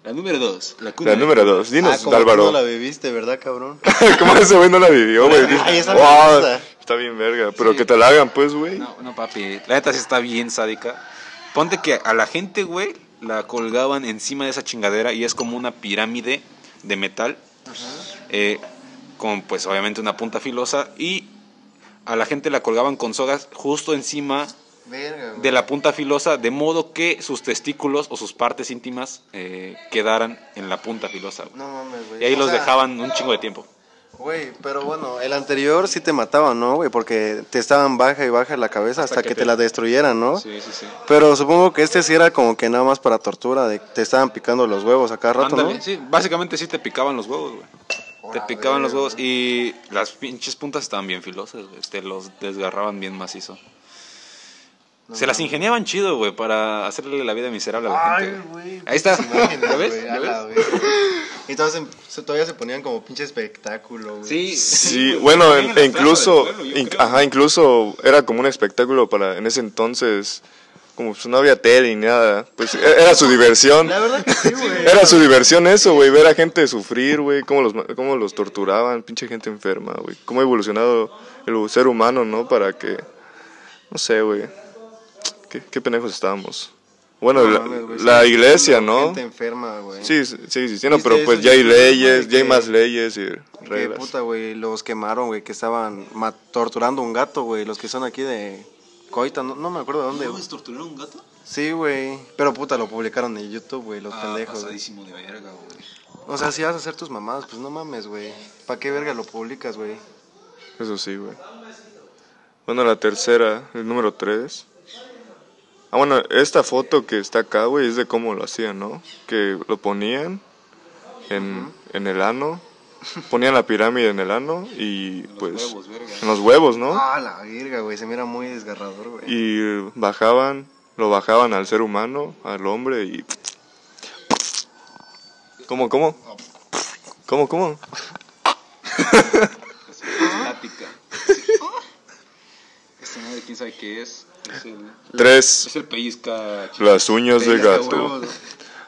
[SPEAKER 4] La número dos. La, cuna
[SPEAKER 1] La
[SPEAKER 4] de-
[SPEAKER 1] número dos,
[SPEAKER 2] Ah,
[SPEAKER 1] dinos, Álvaro.
[SPEAKER 2] viviste, ¿verdad, cabrón?
[SPEAKER 1] [laughs] ¿Cómo ese güey no la vivió, güey?
[SPEAKER 2] [laughs] Ay, esa me
[SPEAKER 1] Wow,
[SPEAKER 2] gusta.
[SPEAKER 1] está bien verga, pero que te la hagan, pues, güey.
[SPEAKER 4] No, no, papi. La neta sí está bien sádica. Ponte que a la gente, güey, la colgaban encima de esa chingadera y es como una pirámide de metal. eh, con, pues, obviamente una punta filosa. Y a la gente la colgaban con sogas justo encima
[SPEAKER 2] Verga,
[SPEAKER 4] de la punta filosa, de modo que sus testículos o sus partes íntimas eh, quedaran en la punta filosa. güey.
[SPEAKER 2] No mames, güey.
[SPEAKER 4] Y ahí
[SPEAKER 2] O
[SPEAKER 4] los
[SPEAKER 2] sea,
[SPEAKER 4] dejaban un chingo de tiempo.
[SPEAKER 2] Güey, pero bueno, el anterior sí te mataban, ¿no, güey? Porque te estaban baja y baja la cabeza hasta, que, te... la destruyeran, ¿no?
[SPEAKER 4] Sí, sí, sí.
[SPEAKER 2] Pero supongo que este sí era como que nada más para tortura, de te estaban picando los huevos a cada rato,
[SPEAKER 4] Ándale,
[SPEAKER 2] ¿no?
[SPEAKER 4] sí, básicamente sí te picaban los huevos, güey. Te picaban los huevos y las pinches puntas estaban bien filosas, güey. Te los desgarraban bien macizo. Se las ingeniaban chido, güey, para hacerle la vida miserable a la gente. güey. Ahí está. ¿Lo ves? ¿Lo ves?
[SPEAKER 2] Entonces todavía se ponían como pinche espectáculo, güey. [laughs]
[SPEAKER 4] Sí.
[SPEAKER 1] Sí, bueno,
[SPEAKER 4] en la
[SPEAKER 1] en-
[SPEAKER 4] plaza
[SPEAKER 1] incluso,
[SPEAKER 4] del pueblo, yo
[SPEAKER 1] inc-
[SPEAKER 4] creo.
[SPEAKER 1] ajá, incluso era como un espectáculo para en ese entonces, como pues no había tele ni nada, pues e- era su diversión.
[SPEAKER 2] La verdad que sí, güey.
[SPEAKER 1] Era su diversión eso, güey, ver a gente sufrir, güey, cómo los, ma- cómo los torturaban, pinche gente enferma, güey. Cómo ha evolucionado el ser humano, ¿no? Para que, no sé, güey, qué, qué pendejos estábamos. Bueno, la,
[SPEAKER 2] mames, güey,
[SPEAKER 1] la
[SPEAKER 2] sí,
[SPEAKER 1] iglesia, ¿no?
[SPEAKER 2] Gente enferma, güey.
[SPEAKER 1] Sí, sí, sí, sí, no,
[SPEAKER 2] ¿Viste
[SPEAKER 1] pero pues
[SPEAKER 2] eso?
[SPEAKER 1] ya hay
[SPEAKER 2] Yo vi un video
[SPEAKER 1] leyes,
[SPEAKER 2] de
[SPEAKER 1] ya hay
[SPEAKER 2] que-
[SPEAKER 1] más leyes y
[SPEAKER 2] Que
[SPEAKER 1] reglas.
[SPEAKER 2] puta, güey, los quemaron, güey, que estaban ma- torturando un gato, güey, los que son aquí de Coita, no, no me acuerdo de dónde. güey.
[SPEAKER 4] torturaron un gato?
[SPEAKER 2] Sí, güey, pero puta, lo publicaron en YouTube, güey, los
[SPEAKER 4] Ah,
[SPEAKER 2] pendejos. güey.
[SPEAKER 4] pasadísimo de verga, güey.
[SPEAKER 2] O sea, si vas a hacer tus mamadas, pues no mames, güey. ¿Para qué verga lo publicas, güey?
[SPEAKER 1] Eso sí, güey. Bueno, la tercera, el número tres. Ah, bueno, esta foto que está acá, güey, es de cómo lo hacían, ¿no? Que lo ponían en, en el ano, ponían la pirámide en el ano y pues... en los huevos, ¿no?
[SPEAKER 2] Ah, la verga, güey, se mira muy desgarrador, güey.
[SPEAKER 1] Y bajaban, lo bajaban al ser humano, al hombre y... ¿Cómo, cómo? ¿Cómo, cómo?
[SPEAKER 4] Lática. [laughs] Esta madre, quién sabe qué es. Es el,
[SPEAKER 1] Tres,
[SPEAKER 4] es el pellizca.
[SPEAKER 1] las uñas de gato.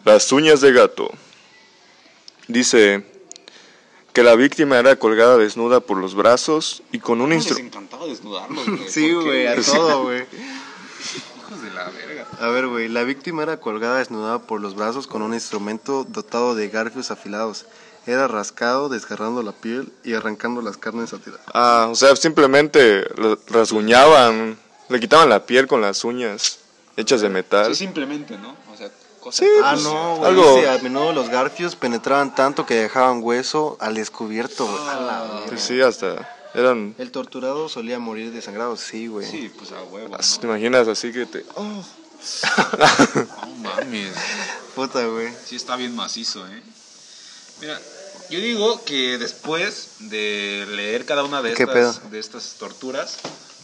[SPEAKER 1] Las uñas de gato. Dice que la víctima era colgada desnuda por los brazos y con un
[SPEAKER 4] Les
[SPEAKER 1] instrumento...
[SPEAKER 4] encantaba desnudarlos, güey.
[SPEAKER 2] Sí,
[SPEAKER 4] ¿Por qué,
[SPEAKER 2] güey, a todo, güey.
[SPEAKER 4] Hijos de la verga.
[SPEAKER 2] A ver, güey, la víctima era colgada desnudada por los brazos con un instrumento dotado de garfios afilados. Era rascado, desgarrando la piel y arrancando las carnes a tirar.
[SPEAKER 1] Ah, o sea, simplemente la- rasguñaban, le quitaban la piel con las uñas hechas de metal.
[SPEAKER 4] Sí, simplemente, ¿no? O sea, cosas.
[SPEAKER 1] Sí.
[SPEAKER 2] Ah, no, güey.
[SPEAKER 1] Algo-
[SPEAKER 2] dice, a menudo los garfios penetraban tanto que dejaban hueso al descubierto, güey.
[SPEAKER 4] Ah.
[SPEAKER 2] A la verga.
[SPEAKER 1] Pues sí, hasta eran...
[SPEAKER 2] El torturado solía morir desangrado, sí, güey.
[SPEAKER 4] Sí, pues a huevo.
[SPEAKER 1] as- ¿Te imaginas así que te... oh,
[SPEAKER 4] No mames.
[SPEAKER 2] Puta, güey.
[SPEAKER 4] Sí, está bien macizo, ¿eh? Mira, yo digo que después de leer cada una de,
[SPEAKER 2] ¿Qué
[SPEAKER 4] estas,
[SPEAKER 2] pedo?
[SPEAKER 4] de estas torturas,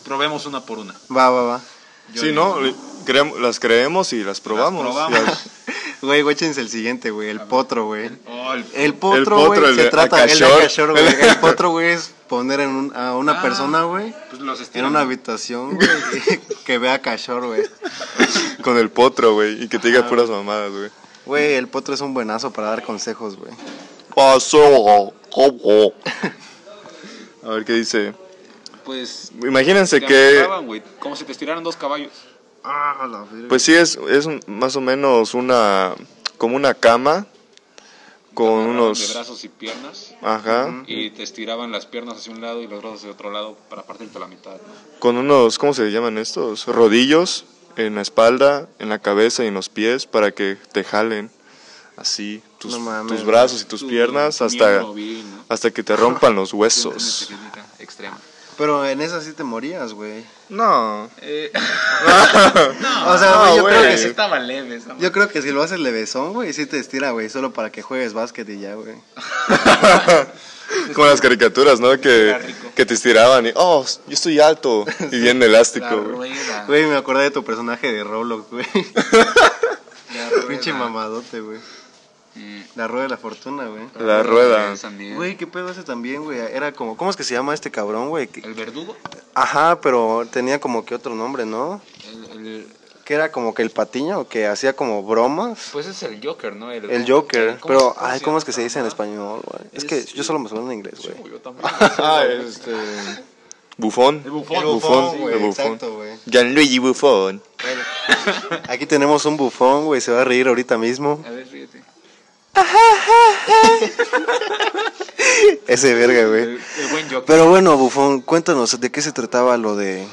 [SPEAKER 4] probemos una por una.
[SPEAKER 2] Va, va, [laughs] va.
[SPEAKER 4] Yo
[SPEAKER 1] Sí,
[SPEAKER 4] digo,
[SPEAKER 1] ¿no? Le- creem- las creemos y las probamos.
[SPEAKER 4] probamos.
[SPEAKER 1] Ya-
[SPEAKER 2] Güey, guáchense el siguiente, güey, el potro, güey.
[SPEAKER 4] Oh, el-
[SPEAKER 2] El
[SPEAKER 1] El
[SPEAKER 2] potro,
[SPEAKER 1] potro,
[SPEAKER 2] güey,
[SPEAKER 1] el
[SPEAKER 2] se
[SPEAKER 1] de
[SPEAKER 2] trata el de
[SPEAKER 1] Acachor.
[SPEAKER 2] Acachor, güey. El potro, güey, es poner en un- a una
[SPEAKER 4] Ah.
[SPEAKER 2] persona, güey,
[SPEAKER 4] Pues los
[SPEAKER 2] en
[SPEAKER 4] estiran.
[SPEAKER 2] una habitación, güey, [laughs] que vea Cachor, güey.
[SPEAKER 1] con el potro, güey, y que te diga puras mamadas, güey.
[SPEAKER 2] Güey, el potro es un buenazo para dar consejos, güey.
[SPEAKER 1] Pasó. A ver qué dice.
[SPEAKER 4] Pues.
[SPEAKER 1] Imagínense
[SPEAKER 4] te
[SPEAKER 1] que
[SPEAKER 4] amarraban, güey, Como si te estiraran dos caballos.
[SPEAKER 8] Ah, la verga.
[SPEAKER 1] Pues sí, es, es un- más o menos una. como una cama. Con
[SPEAKER 4] De
[SPEAKER 1] unos.
[SPEAKER 4] brazos y piernas.
[SPEAKER 1] Ajá.
[SPEAKER 4] Y te estiraban las piernas hacia un lado y los brazos hacia otro lado para partirte la mitad. ¿no?
[SPEAKER 1] Con unos. ¿Cómo se llaman estos? Rodillos en la espalda, en la cabeza y en los pies para que te jalen. Así, tus,
[SPEAKER 2] No mames,
[SPEAKER 1] tus brazos y tus
[SPEAKER 4] Tu
[SPEAKER 1] piernas hasta,
[SPEAKER 4] miembro vil, ¿no?
[SPEAKER 1] hasta que te rompan [laughs] los huesos.
[SPEAKER 4] Pequeñita, Extrema.
[SPEAKER 2] Pero en esa sí te morías, güey.
[SPEAKER 1] No.
[SPEAKER 4] Eh,
[SPEAKER 1] [laughs]
[SPEAKER 2] o sea, güey, yo creo que
[SPEAKER 1] güey.
[SPEAKER 2] sí.
[SPEAKER 8] Estaba leve esa
[SPEAKER 2] Yo creo que si lo haces levesón, güey, sí te estira, güey, solo para que juegues básquet y ya, güey.
[SPEAKER 1] [laughs] Como las caricaturas, ¿no? Que, que te estiraban y, oh, yo estoy [laughs] alto y bien elástico. güey.
[SPEAKER 8] rueda.
[SPEAKER 2] Güey, me acordé de tu personaje de Roblox, güey. Pinche mamadote, güey. La rueda de la fortuna, güey.
[SPEAKER 1] La rueda.
[SPEAKER 2] Güey, qué pedo ese también, güey. Era como, ¿cómo es que se llama este cabrón, güey? Que-
[SPEAKER 4] ¿El verdugo?
[SPEAKER 2] Ajá, pero tenía como que otro nombre, ¿no?
[SPEAKER 4] El- el-
[SPEAKER 2] Que era como que el patiño, que hacía como bromas.
[SPEAKER 4] pues es el Joker, ¿no?
[SPEAKER 2] El Joker,
[SPEAKER 4] ¿cómo-
[SPEAKER 2] pero,
[SPEAKER 4] cómo
[SPEAKER 2] ay,
[SPEAKER 4] se
[SPEAKER 2] ¿cómo
[SPEAKER 4] llama?
[SPEAKER 2] es que se dice en
[SPEAKER 4] Ajá.
[SPEAKER 2] español, güey? Es
[SPEAKER 4] Es-
[SPEAKER 2] que yo solo me suena en inglés,
[SPEAKER 4] Sí,
[SPEAKER 2] güey.
[SPEAKER 4] yo también.
[SPEAKER 1] [laughs] Ah, este. Bufón. El bufón. el bufón.
[SPEAKER 2] güey.
[SPEAKER 1] Gianluigi Bufón.
[SPEAKER 2] [laughs] Aquí tenemos un bufón, güey, se va a reír ahorita mismo.
[SPEAKER 4] A ver, ríete.
[SPEAKER 2] Ese verga, güey.
[SPEAKER 4] El, el buen Joker.
[SPEAKER 2] Pero bueno, bufón, cuéntanos, ¿de qué se trataba lo de...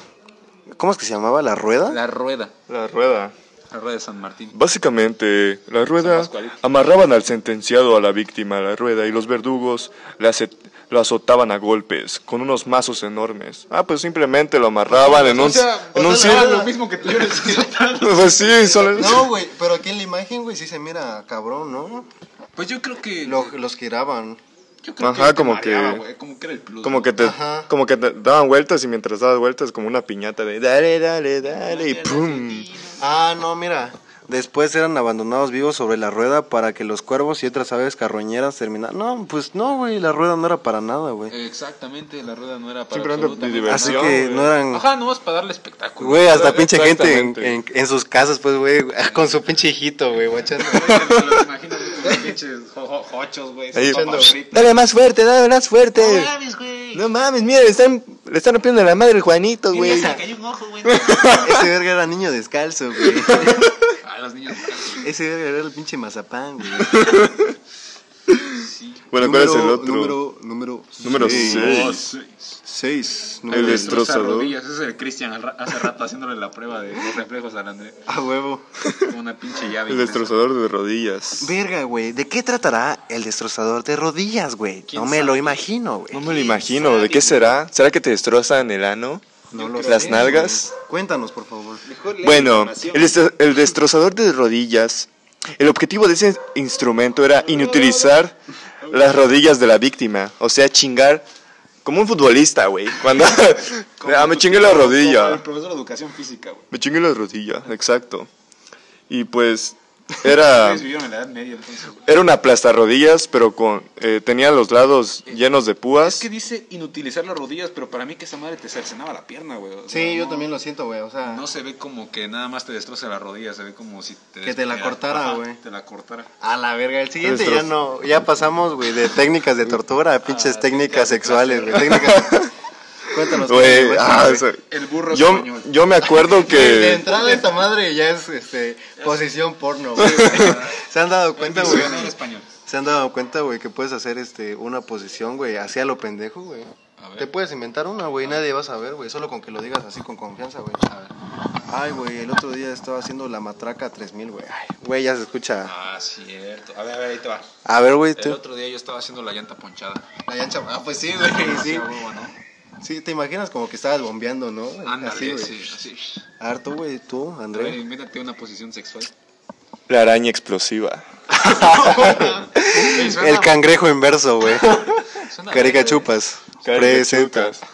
[SPEAKER 2] ¿Cómo es que se llamaba? ¿La rueda?
[SPEAKER 4] La rueda.
[SPEAKER 1] La rueda.
[SPEAKER 4] La rueda de San Martín.
[SPEAKER 1] Básicamente, la rueda
[SPEAKER 4] Pascualito.
[SPEAKER 1] amarraban al sentenciado a la víctima a la rueda y los verdugos le ace- lo azotaban a golpes con unos mazos enormes. Ah, pues simplemente lo amarraban en un, en un
[SPEAKER 2] era
[SPEAKER 1] círculo.
[SPEAKER 2] lo
[SPEAKER 4] mismo que
[SPEAKER 1] [laughs]
[SPEAKER 4] tú yo
[SPEAKER 1] Pues sí, solo-
[SPEAKER 2] No, güey, pero aquí en la imagen, güey, sí se mira cabrón, ¿no?
[SPEAKER 4] Pues yo creo que.
[SPEAKER 2] Lo- los giraban.
[SPEAKER 4] yo creo
[SPEAKER 1] Ajá,
[SPEAKER 4] te
[SPEAKER 1] como que-
[SPEAKER 4] mareaba, güey, como que era el plus.
[SPEAKER 1] [laughs] Como que te,
[SPEAKER 2] Ajá.
[SPEAKER 1] como que te daban vueltas y mientras dabas vueltas como una piñata de dale, dale, dale y pum.
[SPEAKER 2] Ah, no, mira. Después eran abandonados vivos sobre la rueda para que los cuervos y otras aves carroñeras terminaran. No, pues no, güey, la rueda no era para nada, güey.
[SPEAKER 4] Exactamente, la rueda no era para.
[SPEAKER 1] Simplemente
[SPEAKER 4] absolutamente
[SPEAKER 1] de
[SPEAKER 4] nada.
[SPEAKER 2] Así
[SPEAKER 1] versión,
[SPEAKER 2] que
[SPEAKER 1] güey.
[SPEAKER 2] no eran...
[SPEAKER 4] Ajá, nomás para darle [laughs] espectáculo.
[SPEAKER 2] Güey, hasta pinche gente en,
[SPEAKER 1] Exactamente.
[SPEAKER 2] en- en sus casas, pues, güey, [laughs] con su pinche hijito, güey, guachando.
[SPEAKER 4] Imagínate los pinches jo- jo- jochos, güey.
[SPEAKER 1] Ahí-
[SPEAKER 5] Dale más fuerte, dale más fuerte.
[SPEAKER 4] güey.
[SPEAKER 5] No mames, mira, le están, le están rompiendo la madre al Juanito, güey.
[SPEAKER 4] cayó un ojo, güey.
[SPEAKER 1] [laughs]
[SPEAKER 2] Ese verga era niño descalzo, güey.
[SPEAKER 4] A Ah, los niños.
[SPEAKER 2] Ese verga era el pinche mazapán, güey.
[SPEAKER 1] Bueno, ¿cuál
[SPEAKER 2] número,
[SPEAKER 1] es el otro?
[SPEAKER 2] Número, número
[SPEAKER 1] Número
[SPEAKER 2] seis.
[SPEAKER 4] Oh,
[SPEAKER 1] seis.
[SPEAKER 2] Seis.
[SPEAKER 1] El destro-
[SPEAKER 2] Número
[SPEAKER 4] Troza
[SPEAKER 1] Destrozador.
[SPEAKER 4] rodillas. Ese es el Cristian al ra- hace rato haciéndole la prueba de los reflejos al André.
[SPEAKER 2] A Ah, huevo.
[SPEAKER 4] Con una pinche llave.
[SPEAKER 1] El
[SPEAKER 4] inmensa.
[SPEAKER 1] destrozador de rodillas.
[SPEAKER 2] Verga, güey. ¿De qué tratará el destrozador de rodillas, güey?
[SPEAKER 4] ¿Quién
[SPEAKER 2] No me
[SPEAKER 4] sabe?
[SPEAKER 2] lo imagino, güey.
[SPEAKER 1] No me lo imagino, ¿de qué será? ¿Será que te destrozan el ano?
[SPEAKER 2] No lo
[SPEAKER 1] ¿Las
[SPEAKER 2] sé,
[SPEAKER 1] nalgas?
[SPEAKER 2] güey. Cuéntanos, por favor.
[SPEAKER 1] Bueno, el, destro- el destrozador de rodillas. El objetivo de ese instrumento era inutilizar las rodillas de la víctima. O sea, chingar como un futbolista, güey.
[SPEAKER 4] [laughs]
[SPEAKER 1] Cuando. [laughs] ah, me chingué la rodilla.
[SPEAKER 4] El profesor de educación física, güey.
[SPEAKER 1] Me chingué la rodilla, exacto. Y pues. Era.
[SPEAKER 4] Ustedes vivieron en la Edad Media, entonces, güey.
[SPEAKER 1] Era una aplastarrodillas, pero con. eh, tenía los lados llenos de
[SPEAKER 4] Es
[SPEAKER 1] púas.
[SPEAKER 4] que dice inutilizar las rodillas, pero para mí que esa madre te cercenaba la pierna, güey. O sea,
[SPEAKER 2] Sí, yo
[SPEAKER 4] no-
[SPEAKER 2] también lo siento, güey. O sea,
[SPEAKER 4] No se ve como que nada más te destroce la rodilla, se ve como si te...
[SPEAKER 2] Que te la
[SPEAKER 4] Ajá,
[SPEAKER 2] cortara, güey.
[SPEAKER 4] Te la cortara.
[SPEAKER 2] a la verga. El siguiente
[SPEAKER 1] Destroz-
[SPEAKER 2] ya no. Ya pasamos, güey, de técnicas de tortura a pinches
[SPEAKER 4] Ah,
[SPEAKER 2] técnicas
[SPEAKER 4] técnicas
[SPEAKER 2] sexuales, güey. Técnicas.
[SPEAKER 1] [laughs]
[SPEAKER 2] Cuéntanos,
[SPEAKER 1] Güey,
[SPEAKER 2] güey,
[SPEAKER 1] ah,
[SPEAKER 2] güey.
[SPEAKER 1] o sea,
[SPEAKER 4] El burro
[SPEAKER 1] yo,
[SPEAKER 4] español.
[SPEAKER 1] yo me
[SPEAKER 4] [laughs]
[SPEAKER 1] acuerdo
[SPEAKER 2] De
[SPEAKER 1] que.
[SPEAKER 2] entrada esta madre ya es este, posición porno, güey. [laughs] ¿Se han dado cuenta, güey?
[SPEAKER 4] Diccionario español.
[SPEAKER 2] ¿Se han dado cuenta, güey, que puedes hacer este, una posición, güey, así a lo pendejo, güey?
[SPEAKER 4] A ver.
[SPEAKER 2] Te puedes inventar una, güey, nadie va a saber, güey, solo con que lo digas así con confianza, güey. Ay, güey, el otro día estaba haciendo la matraca 3000, güey. Ay, güey, ya se escucha.
[SPEAKER 4] Ah, cierto. A ver, a ver, ahí te va.
[SPEAKER 2] A ver, güey,
[SPEAKER 4] El
[SPEAKER 2] tú.
[SPEAKER 4] otro día yo estaba haciendo la llanta ponchada.
[SPEAKER 2] La yancha, ah, pues sí, güey, sí.
[SPEAKER 4] Hacía huevo, ¿no?
[SPEAKER 2] Sí, te imaginas como que estabas bombeando, ¿no? así,
[SPEAKER 4] Ándale,
[SPEAKER 2] güey.
[SPEAKER 4] sí, así.
[SPEAKER 2] Harto, güey, tú,
[SPEAKER 4] A ver,
[SPEAKER 2] André.
[SPEAKER 4] invéntate una posición sexual.
[SPEAKER 1] La araña explosiva.
[SPEAKER 2] [laughs] El cangrejo inverso, güey.
[SPEAKER 4] [laughs] Suena
[SPEAKER 2] Carica
[SPEAKER 4] verde.
[SPEAKER 2] chupas. Presenta.
[SPEAKER 1] Presenta.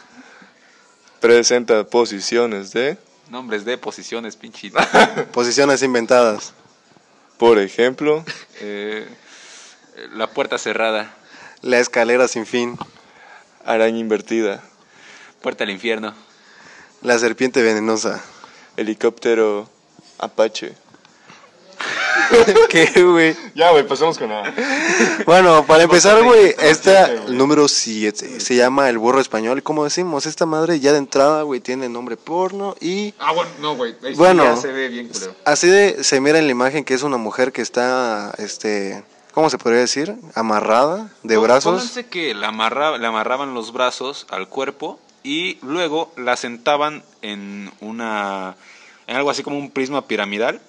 [SPEAKER 1] Presenta posiciones de,
[SPEAKER 3] Nombres de
[SPEAKER 2] [laughs]
[SPEAKER 3] posiciones, pinchito.
[SPEAKER 2] Posiciones inventadas.
[SPEAKER 1] por ejemplo,
[SPEAKER 3] Eh, la puerta cerrada,
[SPEAKER 2] La escalera sin fin.
[SPEAKER 1] araña invertida,
[SPEAKER 3] puerta al infierno.
[SPEAKER 2] La serpiente venenosa.
[SPEAKER 1] helicóptero Apache.
[SPEAKER 2] [laughs] ¿Qué, güey?
[SPEAKER 1] Ya, güey, pasemos con la.
[SPEAKER 2] Bueno, para empezar, güey,
[SPEAKER 1] Bastante
[SPEAKER 2] esta
[SPEAKER 1] interesante, güey.
[SPEAKER 2] número 7 se llama El Burro Español. Como decimos, esta madre ya de entrada, güey, tiene nombre porno y
[SPEAKER 9] Ah, bueno, no, güey. ahí sí
[SPEAKER 2] Bueno.
[SPEAKER 9] ya se ve bien culero.
[SPEAKER 2] así de, se mira en la imagen que es una mujer que está, este, ¿cómo se podría decir? Amarrada de
[SPEAKER 4] Pó-
[SPEAKER 2] brazos.
[SPEAKER 4] pónganse que la amarra- le amarraban los brazos al cuerpo y luego la sentaban en una en algo así como un prisma piramidal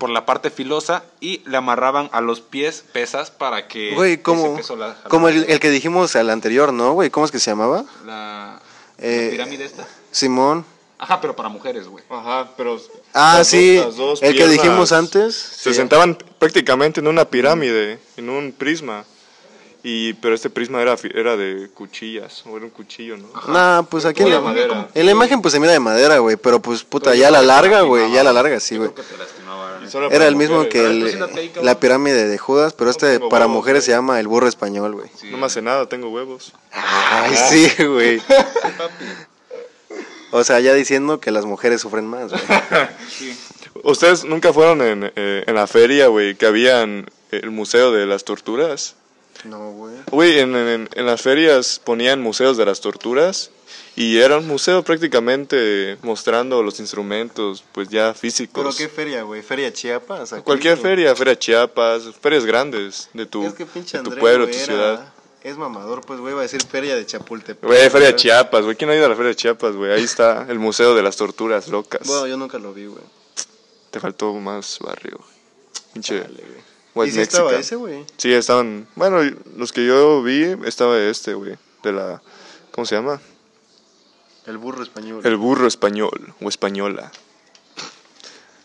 [SPEAKER 4] por la parte filosa y le amarraban a los pies pesas para que
[SPEAKER 2] Güey,
[SPEAKER 4] ese
[SPEAKER 2] como,
[SPEAKER 4] peso la-
[SPEAKER 2] como el, el que dijimos al anterior, ¿no, güey? ¿Cómo es que se llamaba?
[SPEAKER 4] la,
[SPEAKER 2] Eh,
[SPEAKER 4] la pirámide esta.
[SPEAKER 2] Simón.
[SPEAKER 9] Ajá, pero para mujeres, güey.
[SPEAKER 1] Ajá, pero.
[SPEAKER 2] Ah,
[SPEAKER 1] las
[SPEAKER 2] sí,
[SPEAKER 1] dos- las dos
[SPEAKER 2] el que
[SPEAKER 1] piernas
[SPEAKER 2] dijimos antes.
[SPEAKER 1] Se
[SPEAKER 2] sí.
[SPEAKER 1] sentaban prácticamente en una pirámide, en un prisma. Y, pero este prisma era, fi- era de cuchillas, o era un cuchillo, ¿no?
[SPEAKER 2] Nah, pues aquí en
[SPEAKER 1] Era
[SPEAKER 2] la,
[SPEAKER 1] madera.
[SPEAKER 2] en la imagen pues se mira de madera, güey, pero pues puta, ya a la larga, güey, ya a la larga, sí, güey.
[SPEAKER 1] Y solo para
[SPEAKER 2] Era el mismo
[SPEAKER 1] mujeres.
[SPEAKER 2] que el- la pirámide de Judas, pero este
[SPEAKER 1] tengo
[SPEAKER 2] para
[SPEAKER 1] huevos,
[SPEAKER 2] mujeres se llama el burro español, güey.
[SPEAKER 1] No me hace nada, tengo huevos.
[SPEAKER 2] Ay, sí, güey. [laughs] O sea, ya diciendo que las mujeres sufren más, güey.
[SPEAKER 1] ¿Ustedes nunca fueron en, eh, en la feria, güey, que habían el Museo de las Torturas?
[SPEAKER 2] No, güey.
[SPEAKER 1] Güey, en, en- en las ferias ponían museos de las torturas y era un museo prácticamente mostrando los instrumentos, pues ya
[SPEAKER 10] ¿Pero
[SPEAKER 1] físicos.
[SPEAKER 10] qué feria, güey? ¿Feria Chiapas? Aquí,
[SPEAKER 1] Cualquier
[SPEAKER 10] güey.
[SPEAKER 1] feria, feria Chiapas, ferias grandes de tu,
[SPEAKER 10] Es que pinche
[SPEAKER 1] de tu
[SPEAKER 10] Andrés,
[SPEAKER 1] pueblo,
[SPEAKER 10] güey,
[SPEAKER 1] tu
[SPEAKER 10] era-
[SPEAKER 1] ciudad.
[SPEAKER 10] Es mamador, pues, güey, va a decir feria de Chapultepec.
[SPEAKER 1] Güey, feria Chiapas, güey, ¿quién ha ido a la feria Chiapas, güey? Ahí está el Museo de las Torturas Locas.
[SPEAKER 10] Bueno, yo nunca lo vi, güey.
[SPEAKER 1] Te faltó más barrio, güey. Pinche
[SPEAKER 10] Dale, güey.
[SPEAKER 1] White
[SPEAKER 10] ¿Y si estaba
[SPEAKER 1] Mexican.
[SPEAKER 10] ese, güey?
[SPEAKER 1] Sí, estaban. Bueno, los que yo vi, estaba este, güey. De la. ¿Cómo se llama?
[SPEAKER 10] El burro español.
[SPEAKER 1] El burro español o española.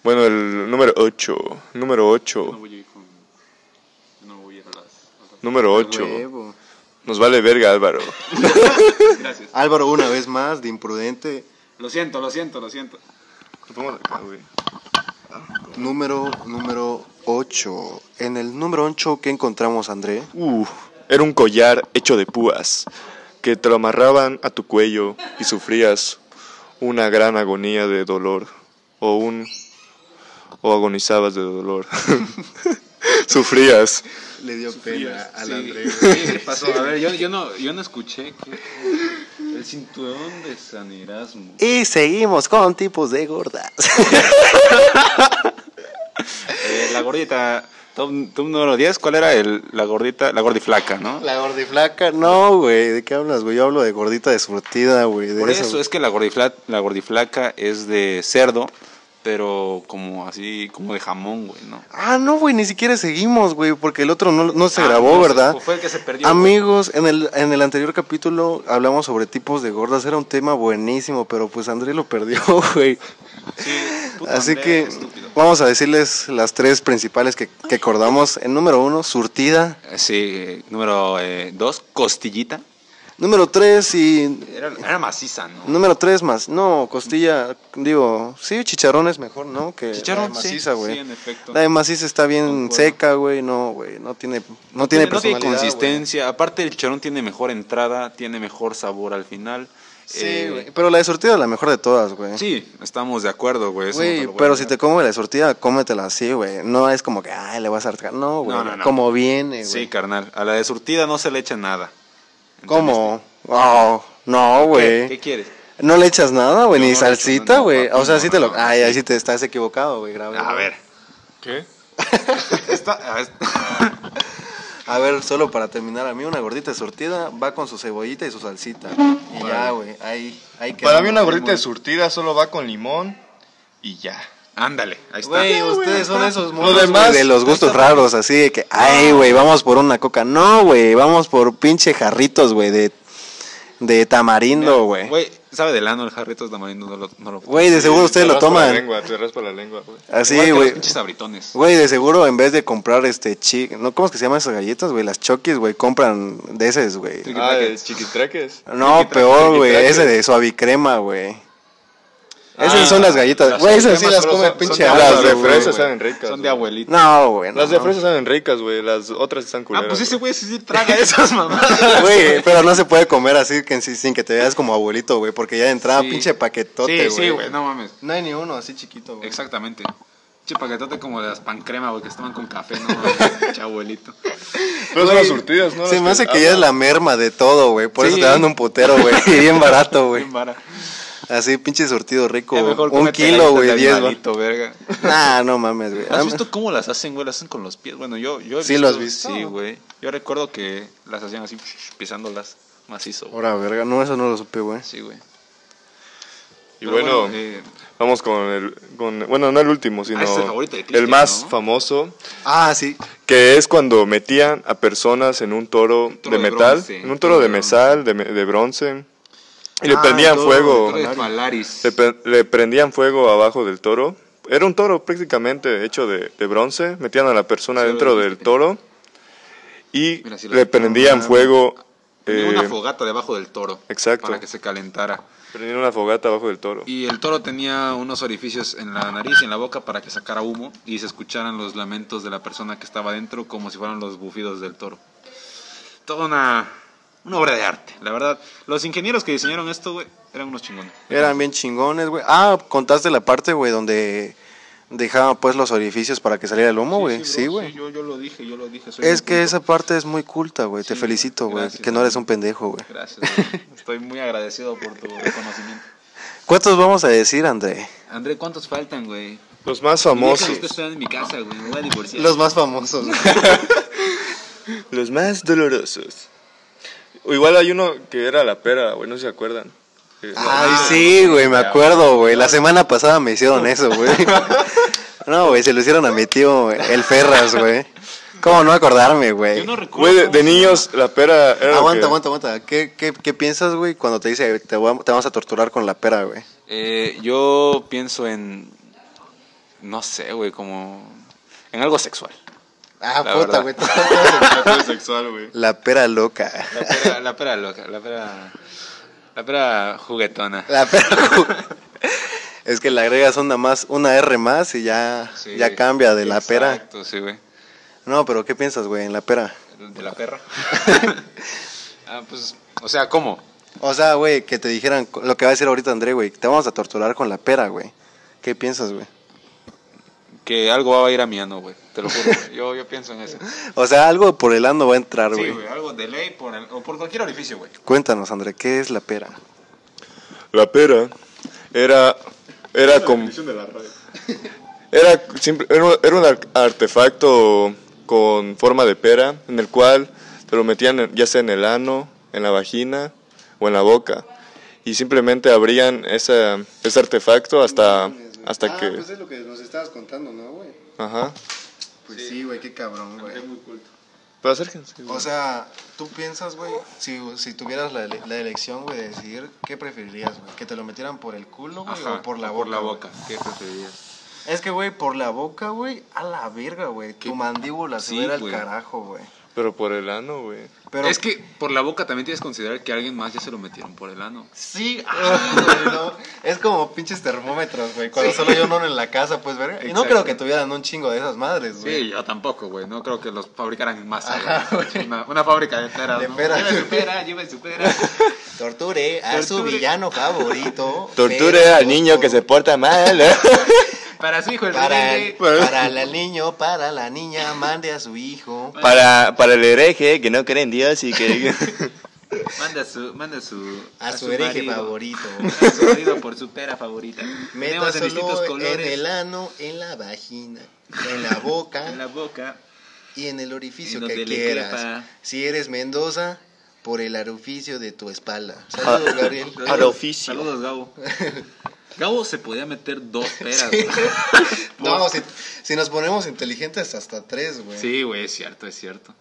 [SPEAKER 1] Bueno, el número 8. Número 8. Número 8.
[SPEAKER 10] Huevo.
[SPEAKER 1] Nos vale verga, Álvaro.
[SPEAKER 10] Álvaro, una vez más, de imprudente,
[SPEAKER 9] Lo siento, lo siento, lo
[SPEAKER 2] [laughs]
[SPEAKER 9] siento.
[SPEAKER 10] número, número 8. En el número 8, ¿qué encontramos, André?
[SPEAKER 1] Uf, era un collar hecho de púas que te lo amarraban a tu cuello y sufrías una gran agonía de dolor o un o agonizabas de dolor. [laughs] sufrías.
[SPEAKER 10] Le dio pena al André.
[SPEAKER 4] ¿Qué pasó? A ver, yo, yo no yo no escuché que- el cinturón de San Erasmo.
[SPEAKER 2] Y seguimos con tipos de gordas.
[SPEAKER 4] Eh, la gordita top, top número 10, ¿cuál era el la gordita, [laughs] la gordiflaca, no?
[SPEAKER 2] La gordiflaca, no, güey. ¿De qué hablas, güey? Yo hablo de gordita desurtida, güey. de
[SPEAKER 4] Por eso,
[SPEAKER 2] esas-
[SPEAKER 4] es que la gordiflaca, la gordiflaca es de cerdo, pero como así, como de jamón, güey, ¿no?
[SPEAKER 2] Ah, no, güey, ni siquiera seguimos, güey, porque el otro no, no se
[SPEAKER 4] Ah,
[SPEAKER 2] grabó,
[SPEAKER 4] no,
[SPEAKER 2] ¿verdad?
[SPEAKER 4] fue- Fue el que se perdió. güey.
[SPEAKER 2] Amigos, en el, en el anterior capítulo hablamos sobre tipos de gordas, era un tema buenísimo, pero pues André lo perdió, [laughs] güey.
[SPEAKER 4] Puta
[SPEAKER 2] Así
[SPEAKER 4] Andrés,
[SPEAKER 2] que
[SPEAKER 4] estúpido.
[SPEAKER 2] vamos a decirles las tres principales que, que acordamos. En número uno, surtida.
[SPEAKER 4] Eh, Sí, eh, número 2, costillita.
[SPEAKER 2] Número tres y...
[SPEAKER 4] Era, era maciza, ¿no?
[SPEAKER 2] Número tres más, no, costilla, digo, sí, chicharrón es mejor, ¿no? Que
[SPEAKER 4] Chicharrón,
[SPEAKER 2] la de maciza,
[SPEAKER 4] sí,
[SPEAKER 2] güey.
[SPEAKER 4] sí, en efecto.
[SPEAKER 2] la de maciza está bien
[SPEAKER 4] Concuerdo.
[SPEAKER 2] seca, güey, no, güey, no tiene, no tiene,
[SPEAKER 4] no tiene
[SPEAKER 2] personalidad, güey.
[SPEAKER 4] consistencia. Aparte, el chicharrón tiene mejor entrada, tiene mejor sabor al final.
[SPEAKER 2] Sí,
[SPEAKER 4] Eh,
[SPEAKER 2] güey, pero la de surtida es la mejor de todas, güey.
[SPEAKER 4] Sí, estamos de acuerdo, güey. eso no te
[SPEAKER 2] Güey,
[SPEAKER 4] lo voy a
[SPEAKER 2] pero si
[SPEAKER 4] negar.
[SPEAKER 2] te comes la sortida, cómetela así, güey. No es como que, ay, le vas a arcar. No, güey.
[SPEAKER 4] No, no, no.
[SPEAKER 2] Como viene, güey.
[SPEAKER 4] Sí, carnal. A la de surtida no se le echa nada.
[SPEAKER 2] ¿Cómo? Oh, no,
[SPEAKER 4] ¿Qué, ¿Qué
[SPEAKER 2] güey.
[SPEAKER 4] quieres?
[SPEAKER 2] No le echas nada, güey,
[SPEAKER 4] No,
[SPEAKER 2] ni
[SPEAKER 4] no,
[SPEAKER 2] salsita,
[SPEAKER 4] no,
[SPEAKER 2] güey.
[SPEAKER 4] papi,
[SPEAKER 2] o sea,
[SPEAKER 4] no,
[SPEAKER 2] sí te
[SPEAKER 4] no,
[SPEAKER 2] lo.
[SPEAKER 4] no,
[SPEAKER 2] Ay, ahí sí te estás equivocado, güey, grave.
[SPEAKER 4] A
[SPEAKER 2] güey.
[SPEAKER 4] ver.
[SPEAKER 1] ¿Qué?
[SPEAKER 4] [laughs] Esta,
[SPEAKER 2] A ver, solo para terminar, a mí una gordita de sortida va con su cebollita y su salsita. Y ya, güey. Ahí, ahí
[SPEAKER 1] Para
[SPEAKER 2] quedamos,
[SPEAKER 1] mí una gordita de
[SPEAKER 2] primo.
[SPEAKER 1] surtida solo va con limón y ya.
[SPEAKER 4] ándale, ahí está.
[SPEAKER 2] Güey, ustedes son esos monos
[SPEAKER 1] demás-
[SPEAKER 2] güey, de los gustos raros, así de que, ay, güey, vamos por una coca. No, güey, vamos por pinche jarritos, güey, de, de tamarindo, güey.
[SPEAKER 4] Güey, sabe de lano el jarrito de tamarindo, no lo, no lo
[SPEAKER 2] Güey, de seguro
[SPEAKER 1] Te
[SPEAKER 2] ustedes lo
[SPEAKER 1] raspa La
[SPEAKER 2] toman.
[SPEAKER 1] lengua, te raspa la lengua, güey.
[SPEAKER 4] Igual
[SPEAKER 2] Así,
[SPEAKER 4] que los
[SPEAKER 2] güey.
[SPEAKER 4] pinches abritones.
[SPEAKER 2] Güey, de seguro en vez de comprar este chi, no, ¿cómo es que se llaman esas galletas, güey? Las choquis, güey, compran de esas, güey.
[SPEAKER 1] Ah, de chiquitraques.
[SPEAKER 2] No, peor, güey, ese de suavicrema, güey. Esas son las galletas. Güey, esas sí las come pinche
[SPEAKER 1] Las
[SPEAKER 2] Álvaro,
[SPEAKER 1] de
[SPEAKER 2] güey.
[SPEAKER 1] fresa
[SPEAKER 4] eh.
[SPEAKER 1] saben ricas.
[SPEAKER 4] Son de
[SPEAKER 1] güey.
[SPEAKER 4] abuelita.
[SPEAKER 2] No, güey. no,
[SPEAKER 1] Las de eh.
[SPEAKER 2] no.
[SPEAKER 1] fresa saben ricas, güey. Las otras están
[SPEAKER 4] Ah,
[SPEAKER 1] culeras.
[SPEAKER 4] pues ese güey sí, sí traga esas mamás.
[SPEAKER 2] [laughs] Güey, pero no se puede comer así que, sin, sin que te veas como abuelito, güey, porque ya de entrada
[SPEAKER 4] Sí.
[SPEAKER 2] pinche paquetote,
[SPEAKER 4] Sí,
[SPEAKER 2] güey.
[SPEAKER 4] sí, güey, no mames.
[SPEAKER 10] No hay ni uno así chiquito, güey.
[SPEAKER 4] Exactamente. Che paquetote como de las pancrema, güey, que se toman con café,
[SPEAKER 2] [laughs]
[SPEAKER 4] ¿no? Chabuelito.
[SPEAKER 1] Pero son
[SPEAKER 2] Güey,
[SPEAKER 1] las surtidas, ¿no?
[SPEAKER 2] Se
[SPEAKER 1] Las
[SPEAKER 2] me hace que
[SPEAKER 1] ah,
[SPEAKER 2] ya es la merma de todo, güey. Por eso
[SPEAKER 4] Sí.
[SPEAKER 2] te dan un putero, güey. [laughs] Y bien barato, güey.
[SPEAKER 4] Bien vara.
[SPEAKER 2] Así, pinche surtido rico.
[SPEAKER 4] Eh, mejor
[SPEAKER 2] un
[SPEAKER 4] cómete
[SPEAKER 2] kilo,
[SPEAKER 4] galletas
[SPEAKER 2] güey,
[SPEAKER 4] de
[SPEAKER 2] 10 bar-
[SPEAKER 4] animalito, verga.
[SPEAKER 2] Nah, no mames, güey. Ah,
[SPEAKER 4] ¿Has visto cómo las hacen, güey? Las hacen con los pies. Bueno, yo, yo he
[SPEAKER 2] Sí, lo has visto.
[SPEAKER 4] Sí, güey. Yo recuerdo que las hacían así, pisándolas macizo. güey.
[SPEAKER 2] Ahora, verga, no, eso no lo supe, güey.
[SPEAKER 4] Sí, güey.
[SPEAKER 1] Y
[SPEAKER 4] Pero
[SPEAKER 1] bueno,
[SPEAKER 4] eh,
[SPEAKER 1] vamos con el. Con, bueno, no el último, sino.
[SPEAKER 4] Ah, es el favorito de
[SPEAKER 1] el
[SPEAKER 4] Cristian,
[SPEAKER 1] más
[SPEAKER 4] ¿no?
[SPEAKER 1] famoso,
[SPEAKER 2] Ah, sí.
[SPEAKER 1] que es cuando metían a personas en un toro,
[SPEAKER 11] toro
[SPEAKER 1] de,
[SPEAKER 11] de
[SPEAKER 1] metal,
[SPEAKER 11] bronce,
[SPEAKER 1] en un toro de mesal, de, me- de bronce, y le prendían fuego.
[SPEAKER 11] Todo es Valaris.
[SPEAKER 1] Le, pre- le prendían fuego abajo del toro. Era un toro prácticamente hecho de, de bronce. Metían a la persona
[SPEAKER 11] Sí,
[SPEAKER 1] dentro
[SPEAKER 11] lo
[SPEAKER 1] del
[SPEAKER 11] dijiste.
[SPEAKER 1] toro y
[SPEAKER 11] Mira, sí lo
[SPEAKER 1] le
[SPEAKER 11] vi.
[SPEAKER 1] prendían fuego.
[SPEAKER 4] tenía una
[SPEAKER 1] eh,
[SPEAKER 4] fogata debajo del toro.
[SPEAKER 1] exacto.
[SPEAKER 4] Para que se calentara.
[SPEAKER 1] prendían una fogata abajo del toro.
[SPEAKER 4] Y el toro tenía unos orificios en la nariz y en la boca para que sacara humo y se escucharan los lamentos de la persona que estaba dentro como si fueran los bufidos del toro. Toda una, una obra de arte, la verdad. Los ingenieros que diseñaron esto, güey, eran unos chingones.
[SPEAKER 2] Eran bien chingones, güey. Ah, contaste la parte, güey, donde dejaban pues los orificios para que saliera el humo, güey. Sí, güey.
[SPEAKER 4] yo, lo dije, yo lo dije.
[SPEAKER 2] es que esa parte es muy culta, güey. Te
[SPEAKER 4] Sí,
[SPEAKER 2] felicito, güey.
[SPEAKER 4] gracias,
[SPEAKER 2] Que no
[SPEAKER 4] güey.
[SPEAKER 2] eres un pendejo, güey.
[SPEAKER 4] [laughs] Gracias, güey. Estoy muy agradecido por tu reconocimiento.
[SPEAKER 2] ¿Cuántos vamos a decir, André?
[SPEAKER 4] André, ¿cuántos faltan, güey?
[SPEAKER 1] Los más
[SPEAKER 4] Mi vieja me
[SPEAKER 1] famosos.
[SPEAKER 4] está esperando en mi casa, güey. Me voy a divorciar.
[SPEAKER 2] más famosos.
[SPEAKER 1] Los más dolorosos. O igual hay uno que era la pera, güey, no se acuerdan. Eh,
[SPEAKER 2] Ay,
[SPEAKER 3] Ah,
[SPEAKER 2] sí, güey, me acuerdo, güey. La semana pasada me hicieron eso,
[SPEAKER 3] [laughs]
[SPEAKER 2] güey. No, güey, se lo hicieron a mi tío, güey, el Ferras, güey. ¿Cómo no acordarme, güey?
[SPEAKER 4] Yo no recuerdo.
[SPEAKER 1] Güey, de,
[SPEAKER 4] cómo
[SPEAKER 1] de
[SPEAKER 4] se
[SPEAKER 1] niños, la pera era. lo
[SPEAKER 2] Aguanta,
[SPEAKER 1] que-
[SPEAKER 2] aguanta, aguanta. ¿Qué, qué, qué piensas, güey, cuando te dice te, voy a- te vamos a torturar con la pera, güey?
[SPEAKER 3] Eh, yo pienso en. No sé, güey, como. En algo sexual.
[SPEAKER 2] Ah,
[SPEAKER 3] La
[SPEAKER 2] puta,
[SPEAKER 3] verdad.
[SPEAKER 2] güey.
[SPEAKER 1] sexual, güey.
[SPEAKER 2] La pera loca.
[SPEAKER 3] La pera, la pera loca, la pera. La pera juguetona.
[SPEAKER 2] La pera. es que le agregas una más, una R más y ya,
[SPEAKER 3] Sí,
[SPEAKER 2] ya cambia de la pera.
[SPEAKER 3] Exacto, sí, güey.
[SPEAKER 2] No, pero ¿qué piensas, güey, en la pera?
[SPEAKER 3] De la
[SPEAKER 4] [laughs]
[SPEAKER 3] perra. ah, pues, o sea, ¿cómo?
[SPEAKER 2] O sea, güey, que te dijeran co- lo que va a decir ahorita André, güey, te vamos a torturar con la pera, güey. ¿Qué piensas, güey?
[SPEAKER 3] Que algo va a ir a mi ano, güey. Te lo juro. Yo, yo pienso en eso.
[SPEAKER 2] O sea, algo por el ano va a entrar,
[SPEAKER 4] Sí,
[SPEAKER 2] güey.
[SPEAKER 4] güey, algo de ley por el- o por cualquier orificio, güey.
[SPEAKER 2] Cuéntanos, André, ¿qué es la pera?
[SPEAKER 1] La pera era era como era, simple- era un- era un ar- artefacto con forma de pera en el cual te lo metían en- ya sea en el ano, en la vagina o en la boca y simplemente abrían esa, ese artefacto hasta hasta que
[SPEAKER 2] Ah, pues es lo que nos estabas contando, ¿no, güey?
[SPEAKER 1] ajá.
[SPEAKER 2] Pues sí, güey, qué cabrón, güey.
[SPEAKER 1] Pero acérquense.
[SPEAKER 2] O sea, tú piensas, güey, si, si tuvieras la, ele- la elección, güey, de decidir, ¿qué preferirías, güey? ¿Que te lo metieran por el culo, güey, o por la boca?
[SPEAKER 4] Por la
[SPEAKER 2] güey?
[SPEAKER 4] boca. ¿Qué preferirías?
[SPEAKER 2] Es que, güey, por la boca, güey, a la verga, güey. Tu mandíbula se
[SPEAKER 4] Sí,
[SPEAKER 2] va a ir al
[SPEAKER 4] güey.
[SPEAKER 2] carajo, güey.
[SPEAKER 1] Pero por el ano, güey.
[SPEAKER 2] Pero
[SPEAKER 4] es que por la boca también tienes que considerar que a alguien más ya se lo metieron por el ano.
[SPEAKER 2] Sí, ah, güey, no. Es como pinches termómetros, güey. Cuando solo hay uno en la casa, pues, verga. Y no
[SPEAKER 4] Exacto.
[SPEAKER 2] creo que tuvieran un chingo de esas madres, güey.
[SPEAKER 4] Sí, yo tampoco, güey. No creo que los fabricaran en masa.
[SPEAKER 2] Ajá,
[SPEAKER 4] güey. Una, una fábrica de peras.
[SPEAKER 2] De
[SPEAKER 4] ¿no?
[SPEAKER 2] peras.
[SPEAKER 4] Lleve su pera, lleve su pera.
[SPEAKER 2] [laughs] Torture a su
[SPEAKER 4] Torture.
[SPEAKER 2] villano
[SPEAKER 4] [laughs]
[SPEAKER 2] favorito.
[SPEAKER 12] Torture
[SPEAKER 2] pero
[SPEAKER 12] al niño que se porta mal.
[SPEAKER 1] ¿eh?
[SPEAKER 2] [laughs]
[SPEAKER 4] Para su hijo el
[SPEAKER 2] Para el,
[SPEAKER 4] rebelde.
[SPEAKER 2] para el niño, para la niña, mande a su hijo. Eh.
[SPEAKER 12] Para, para el hereje que no cree en Dios y
[SPEAKER 1] [laughs]
[SPEAKER 2] [laughs]
[SPEAKER 12] que.
[SPEAKER 4] Manda su, manda su.
[SPEAKER 2] A, su hereje
[SPEAKER 4] marido. [laughs]
[SPEAKER 2] favorito.
[SPEAKER 4] A su marido por su pera favorita.
[SPEAKER 2] Meta
[SPEAKER 4] Tenemos en distintos
[SPEAKER 2] solo en
[SPEAKER 4] colores.
[SPEAKER 2] el ano, en la vagina, en la boca
[SPEAKER 4] [laughs] En la boca.
[SPEAKER 2] y en el orificio
[SPEAKER 4] En
[SPEAKER 2] que
[SPEAKER 4] donde le
[SPEAKER 2] quieras.
[SPEAKER 4] quepa.
[SPEAKER 2] Si eres Mendoza, por el orificio de tu espalda.
[SPEAKER 4] Ah.
[SPEAKER 2] Saludos,
[SPEAKER 4] [laughs]
[SPEAKER 2] Gabriel.
[SPEAKER 12] Al oficio.
[SPEAKER 2] [laughs]
[SPEAKER 4] Saludos, Gabo. Gabo se podía meter dos peras.
[SPEAKER 2] Sí.
[SPEAKER 4] güey.
[SPEAKER 2] [laughs] No, si, si nos ponemos inteligentes hasta tres, güey.
[SPEAKER 4] Sí, güey, es cierto, es cierto.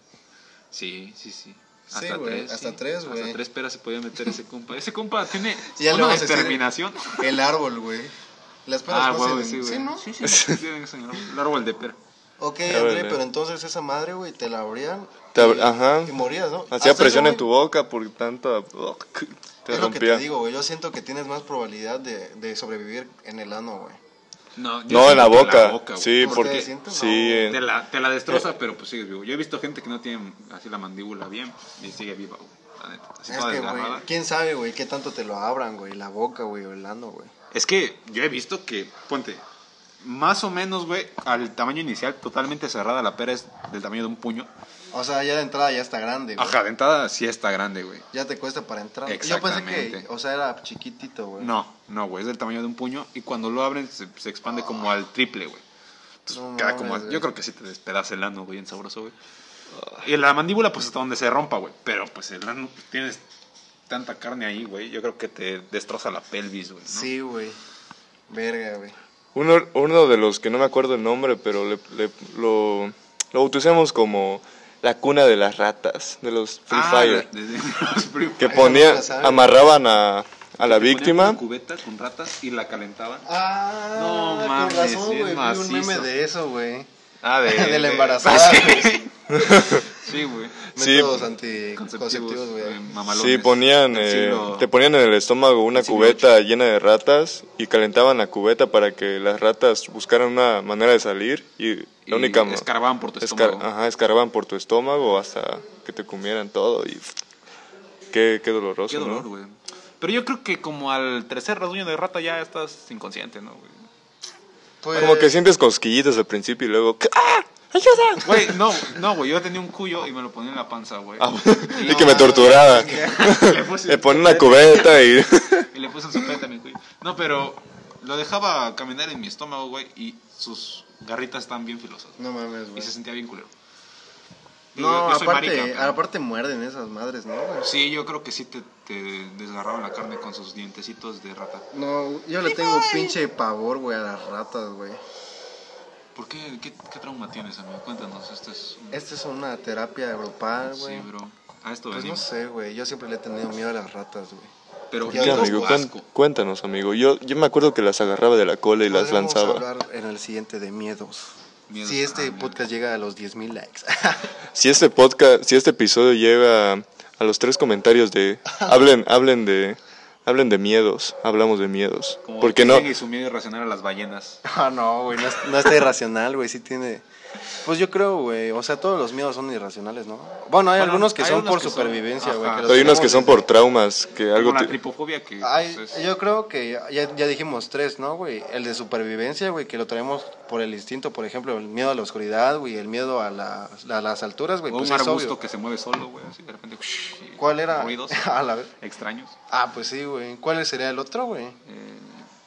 [SPEAKER 4] Sí, sí, sí.
[SPEAKER 2] Sí, güey, hasta tres, güey.
[SPEAKER 4] Hasta tres peras se podía meter ese compa. Ese compa tiene
[SPEAKER 2] [laughs] Ya le
[SPEAKER 4] una
[SPEAKER 2] vamos a decir-
[SPEAKER 4] determinación.
[SPEAKER 2] El árbol, güey. Las peras
[SPEAKER 4] Ah,
[SPEAKER 2] no
[SPEAKER 4] güey,
[SPEAKER 2] se...
[SPEAKER 4] sí, güey.
[SPEAKER 2] ¿Sí, no?
[SPEAKER 4] sí, sí, sí, tiene que señalar el árbol de pera.
[SPEAKER 2] Ok,
[SPEAKER 1] Ya,
[SPEAKER 2] André,
[SPEAKER 1] vale.
[SPEAKER 2] pero entonces esa madre, güey, te la abrían
[SPEAKER 1] Te ab- ajá.
[SPEAKER 2] y morías, ¿no?
[SPEAKER 1] Hacía
[SPEAKER 2] Hasta
[SPEAKER 1] presión
[SPEAKER 2] eso,
[SPEAKER 1] en tu
[SPEAKER 2] güey,
[SPEAKER 1] boca por tanta [laughs] te
[SPEAKER 2] Es lo que te
[SPEAKER 1] rompía.
[SPEAKER 2] digo, güey. Yo siento que tienes más probabilidad de, de sobrevivir en el ano, güey.
[SPEAKER 4] No, yo
[SPEAKER 1] No, en
[SPEAKER 4] siento
[SPEAKER 1] la
[SPEAKER 4] que
[SPEAKER 1] boca.
[SPEAKER 4] güey.
[SPEAKER 1] sí,
[SPEAKER 2] ¿Por
[SPEAKER 1] porque
[SPEAKER 2] qué? ¿Sientes?
[SPEAKER 1] sí, eh,
[SPEAKER 2] No.
[SPEAKER 1] en-
[SPEAKER 4] Te la, te la destroza, pero pues sigues vivo. Yo he visto gente que no tiene así la mandíbula bien y sigue viva, güey. La neta. Así
[SPEAKER 2] es
[SPEAKER 4] toda
[SPEAKER 2] que, güey,
[SPEAKER 4] desgarrada.
[SPEAKER 2] quién sabe, güey, qué tanto te lo abran, güey. La boca, güey, o el ano, güey.
[SPEAKER 4] Es que yo he visto que, ponte, más o menos, güey, al tamaño inicial, totalmente cerrada. La pera es del tamaño de un puño.
[SPEAKER 2] O sea, ya de entrada ya está grande, güey.
[SPEAKER 4] Ajá, de entrada sí está grande, güey.
[SPEAKER 2] Ya te cuesta para entrar. Yo pensé que,
[SPEAKER 4] Exactamente.
[SPEAKER 2] o sea, era chiquitito, güey.
[SPEAKER 4] No, no, güey, es del tamaño de un puño. Y cuando lo abren, se, se expande como al triple, güey. Entonces
[SPEAKER 2] No
[SPEAKER 4] queda
[SPEAKER 2] mames,
[SPEAKER 4] como.
[SPEAKER 2] güey.
[SPEAKER 4] Yo creo que sí te despedaza el ano, güey, en sabroso, güey. Y la mandíbula, pues hasta donde se rompa, güey. Pero pues el ano, pues, tienes tanta carne ahí, güey. Yo creo que te destroza la pelvis, güey. ¿no?
[SPEAKER 2] Sí, güey. Verga, güey.
[SPEAKER 1] Uno, uno de los que no me acuerdo el nombre, pero le, le- lo, lo bauticemos como la cuna de las ratas, de los Free
[SPEAKER 4] Ah,
[SPEAKER 1] Fire.
[SPEAKER 4] de- de- de [laughs] los Free
[SPEAKER 1] Que
[SPEAKER 4] Fire.
[SPEAKER 1] ponían,
[SPEAKER 2] la sabe.
[SPEAKER 1] amarraban a, a la
[SPEAKER 4] Te ponían
[SPEAKER 1] víctima.
[SPEAKER 4] una cubeta con ratas y la calentaban.
[SPEAKER 2] Ah,
[SPEAKER 4] No
[SPEAKER 2] con
[SPEAKER 4] mames,
[SPEAKER 2] razón,
[SPEAKER 4] bien
[SPEAKER 2] güey. Vi un meme
[SPEAKER 4] macizo.
[SPEAKER 2] de eso, güey.
[SPEAKER 4] Ah, [laughs] de,
[SPEAKER 2] De la embarazada. güey.
[SPEAKER 4] [laughs] Sí, pues, güey.
[SPEAKER 1] Sí.
[SPEAKER 2] Métodos
[SPEAKER 4] Conceptivos,
[SPEAKER 2] anticonceptivos, güey.
[SPEAKER 4] eh, mamalones.
[SPEAKER 1] Sí, ponían,
[SPEAKER 4] Del
[SPEAKER 1] eh,
[SPEAKER 4] siglo-
[SPEAKER 1] te ponían en el estómago una cubeta llena de ratas y calentaban la cubeta para que las ratas buscaran una manera de salir y
[SPEAKER 4] y
[SPEAKER 1] la única... ma-
[SPEAKER 4] Escarbaban por tu
[SPEAKER 1] escar- ah,
[SPEAKER 4] estómago.
[SPEAKER 1] ajá, escarbaban por tu estómago hasta que te comieran todo y... Qué, qué doloroso,
[SPEAKER 4] Qué dolor,
[SPEAKER 1] ¿no?
[SPEAKER 4] güey. Pero yo creo que como al tercer rasguño de rata ya estás inconsciente, ¿no, güey?
[SPEAKER 2] Pues,
[SPEAKER 1] Como que sientes cosquillitas al principio y luego... "¿Qué? ¡Ah! ¡Ayuda!
[SPEAKER 4] Güey, no, no, güey. Yo tenía un cuyo y me lo ponía en la panza, güey.
[SPEAKER 1] Ah,
[SPEAKER 4] Ah,
[SPEAKER 1] y que me torturaba.
[SPEAKER 4] [laughs] Le puse
[SPEAKER 1] Le
[SPEAKER 4] un
[SPEAKER 1] ponen una
[SPEAKER 4] copete.
[SPEAKER 1] cubeta y...
[SPEAKER 4] Y le puse el soplete a mi cuello. No, pero lo dejaba caminar en mi estómago, güey, y sus garritas están bien filosas. güey.
[SPEAKER 2] No mames,
[SPEAKER 4] Y
[SPEAKER 2] güey.
[SPEAKER 4] se sentía bien culero. Y
[SPEAKER 2] No,
[SPEAKER 4] yo soy
[SPEAKER 2] aparte, ah,
[SPEAKER 4] marica, pero-
[SPEAKER 2] aparte muerden esas madres, ¿no, güey?
[SPEAKER 4] Sí, yo creo que sí te, te desgarraban la carne con sus dientecitos de rata.
[SPEAKER 2] No, yo le tengo pinche pavor, güey, a las ratas, güey.
[SPEAKER 4] ¿Por qué? ¿Qué, qué trauma tienes, amigo? Cuéntanos, esto es... un-
[SPEAKER 2] Esta es una terapia grupal, güey.
[SPEAKER 4] Sí, bro. A esto
[SPEAKER 2] pues no
[SPEAKER 4] venimos.
[SPEAKER 2] sé, güey. Yo siempre le he tenido miedo a las ratas, güey.
[SPEAKER 1] [laughs]
[SPEAKER 4] Pero
[SPEAKER 2] Ya,
[SPEAKER 1] ¿Qué,
[SPEAKER 4] asco,
[SPEAKER 1] amigo? Cuán-
[SPEAKER 4] asco.
[SPEAKER 1] Cuéntanos, amigo. Yo, yo me acuerdo que las agarraba de la cola y las
[SPEAKER 2] Podremos
[SPEAKER 1] lanzaba.
[SPEAKER 2] hablar en el siguiente de miedos.
[SPEAKER 4] Miedos.
[SPEAKER 2] Si
[SPEAKER 4] Ah,
[SPEAKER 2] este
[SPEAKER 4] miedos.
[SPEAKER 2] podcast llega a los 10.000 likes. [laughs]
[SPEAKER 1] Si este podcast, si este episodio llega a los tres comentarios de hablen, hablen de hablen de miedos, hablamos de miedos.
[SPEAKER 4] Como
[SPEAKER 1] Porque no
[SPEAKER 4] Kissing Y su miedo irracional a las ballenas.
[SPEAKER 2] Ah, no, güey, no, es- no está irracional, güey, sí tiene... Pues yo creo, güey, o sea, todos los miedos son irracionales, ¿no? Bueno, hay
[SPEAKER 4] Bueno,
[SPEAKER 2] algunos que
[SPEAKER 4] hay
[SPEAKER 2] son
[SPEAKER 4] unos
[SPEAKER 2] por
[SPEAKER 4] que son-
[SPEAKER 2] supervivencia, güey.
[SPEAKER 4] ajá.
[SPEAKER 2] que los
[SPEAKER 1] hay unos
[SPEAKER 2] tenemos
[SPEAKER 1] que son
[SPEAKER 2] desde-
[SPEAKER 1] por traumas, que algo
[SPEAKER 4] Como la
[SPEAKER 1] te-
[SPEAKER 4] tripofobia que...
[SPEAKER 2] Ay,
[SPEAKER 4] pues, es-
[SPEAKER 2] yo creo que ya, ya dijimos tres, ¿no, güey? El de supervivencia, güey, que lo traemos por el instinto, por ejemplo, el miedo a la oscuridad, güey, el miedo a, la- a las alturas, güey.
[SPEAKER 4] o
[SPEAKER 2] Pues
[SPEAKER 4] un
[SPEAKER 2] es
[SPEAKER 4] arbusto
[SPEAKER 2] obvio.
[SPEAKER 4] que se mueve solo, güey, así de repente... y
[SPEAKER 2] ¿Cuál era?
[SPEAKER 4] Ruidos
[SPEAKER 2] [laughs] A la vez.
[SPEAKER 4] extraños.
[SPEAKER 2] Ah, pues sí, güey. ¿Cuál sería el otro, güey?
[SPEAKER 4] eh,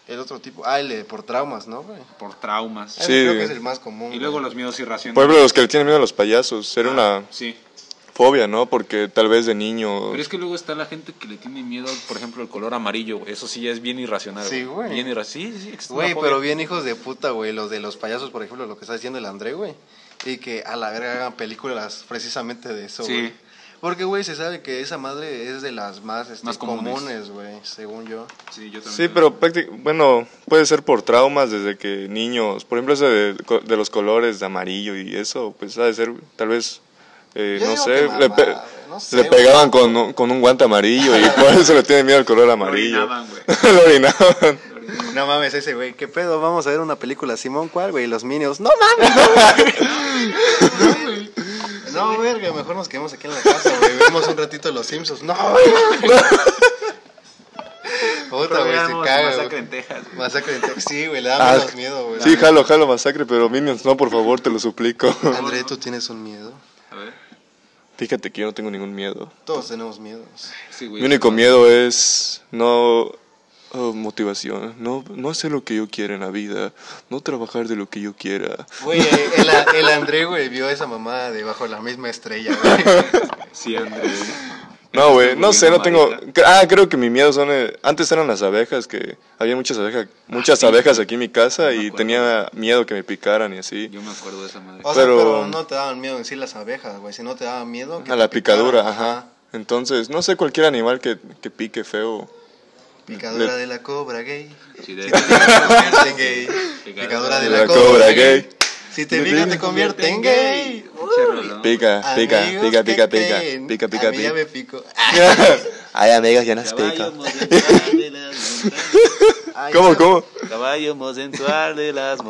[SPEAKER 2] El otro tipo. Ah, el de por traumas, ¿no, güey?
[SPEAKER 4] por traumas.
[SPEAKER 2] Ese
[SPEAKER 1] Sí,
[SPEAKER 2] creo que
[SPEAKER 1] güey.
[SPEAKER 2] es el más común.
[SPEAKER 4] Y luego
[SPEAKER 2] güey.
[SPEAKER 4] los miedos irracionales.
[SPEAKER 1] por ejemplo, los que le tienen miedo a los payasos,
[SPEAKER 4] Ah.
[SPEAKER 1] era una
[SPEAKER 4] Sí.
[SPEAKER 1] fobia, ¿no? Porque tal vez de niño
[SPEAKER 4] Pero es que luego está la gente que le tiene miedo, por ejemplo, el color amarillo. güey. Eso sí ya es bien irracional.
[SPEAKER 2] Sí, güey.
[SPEAKER 4] Bien irracional. Sí, sí, existe una
[SPEAKER 2] Güey,
[SPEAKER 4] fobia.
[SPEAKER 2] pero bien hijos de puta, güey. Los de los payasos, por ejemplo, lo que está diciendo el André, güey. Y que a la verga hagan películas precisamente de eso,
[SPEAKER 4] Sí.
[SPEAKER 2] güey. Porque, güey, se sabe que esa madre es de las más, este,
[SPEAKER 4] Más comunes.
[SPEAKER 2] comunes, güey, según yo.
[SPEAKER 4] Sí, yo también
[SPEAKER 1] Sí,
[SPEAKER 4] creo.
[SPEAKER 1] pero prácti- bueno, puede ser por traumas desde que niños, por ejemplo, ese de, co- de los colores de amarillo y eso, pues ha de ser tal vez, eh,
[SPEAKER 2] Yo
[SPEAKER 1] no,
[SPEAKER 2] digo
[SPEAKER 1] sé,
[SPEAKER 2] que
[SPEAKER 1] le
[SPEAKER 2] mamada,
[SPEAKER 1] pe-
[SPEAKER 2] güey, no sé,
[SPEAKER 1] le
[SPEAKER 2] güey.
[SPEAKER 1] pegaban con, un- con un guante amarillo y por eso le tiene miedo al color amarillo.
[SPEAKER 4] orinaban, güey.
[SPEAKER 1] [laughs] Lo orinaban.
[SPEAKER 2] No mames, ese güey, ¿qué pedo? Vamos a ver una película, Simón, ¿cuál, güey? Los Minions. ¡No mames! No, güey. No, verga, mejor nos quedamos aquí en la casa, güey. Vemos un ratito Los Simpsons. ¡No, güey! Puta, güey, se
[SPEAKER 4] Veamos
[SPEAKER 2] caga.
[SPEAKER 4] Masacre
[SPEAKER 2] güey.
[SPEAKER 4] en Texas. güey.
[SPEAKER 2] Masacre en Texas. Sí, güey, le da
[SPEAKER 1] Ah,
[SPEAKER 2] menos miedo, güey.
[SPEAKER 1] Sí, jalo, jalo, masacre, pero Minions, no, por favor, te lo suplico. [laughs]
[SPEAKER 2] André, ¿tú tienes un miedo?
[SPEAKER 4] A ver.
[SPEAKER 1] Fíjate que yo no tengo ningún miedo.
[SPEAKER 2] Todos tenemos miedos.
[SPEAKER 4] Sí, güey.
[SPEAKER 1] Mi único miedo es no oh, motivación, no, no hacer lo que yo quiera en la vida, no trabajar de lo que yo quiera.
[SPEAKER 2] Güey, el, el André, güey, vio a esa mamá debajo de la misma estrella, güey.
[SPEAKER 4] Sí, Andrés.
[SPEAKER 1] No, güey,
[SPEAKER 4] Eres
[SPEAKER 1] no
[SPEAKER 4] un
[SPEAKER 1] sé, no tengo...
[SPEAKER 4] marica.
[SPEAKER 1] cre- Ah, creo que mi miedo son... eh, Antes eran las abejas, que había muchas abejas,
[SPEAKER 2] Ah,
[SPEAKER 1] muchas abejas aquí en mi casa y
[SPEAKER 4] acuerdo.
[SPEAKER 1] tenía miedo que me picaran y así.
[SPEAKER 4] Yo me acuerdo de esa madre.
[SPEAKER 2] O sea, pero,
[SPEAKER 1] Pero-
[SPEAKER 2] no te daban miedo en sí las abejas, güey. Si no te daban miedo. que
[SPEAKER 1] A
[SPEAKER 2] te
[SPEAKER 1] la
[SPEAKER 2] picaran.
[SPEAKER 1] picadura, ajá. Entonces, no sé, cualquier animal que, que pique feo.
[SPEAKER 2] Picadura
[SPEAKER 1] Le-
[SPEAKER 2] de la cobra gay.
[SPEAKER 4] Sí, de-
[SPEAKER 2] Convierte en gay. Picadura Ah, de la, cobra gay. Si te pican, te convierte en gay.
[SPEAKER 4] Pinche rolón.
[SPEAKER 1] Pica, Ah, pica,
[SPEAKER 2] Amigos,
[SPEAKER 1] pica,
[SPEAKER 2] ¿qué
[SPEAKER 1] pica, pica,
[SPEAKER 2] creen?
[SPEAKER 1] pica,
[SPEAKER 2] A
[SPEAKER 1] pica,
[SPEAKER 2] mí ya
[SPEAKER 1] pica.
[SPEAKER 2] me pico.
[SPEAKER 1] [laughs] Ay, amigas, ya nos pica.
[SPEAKER 4] Caballo sensual de las montañas.
[SPEAKER 1] ¿Cómo, cómo?
[SPEAKER 4] Caballo sensual de las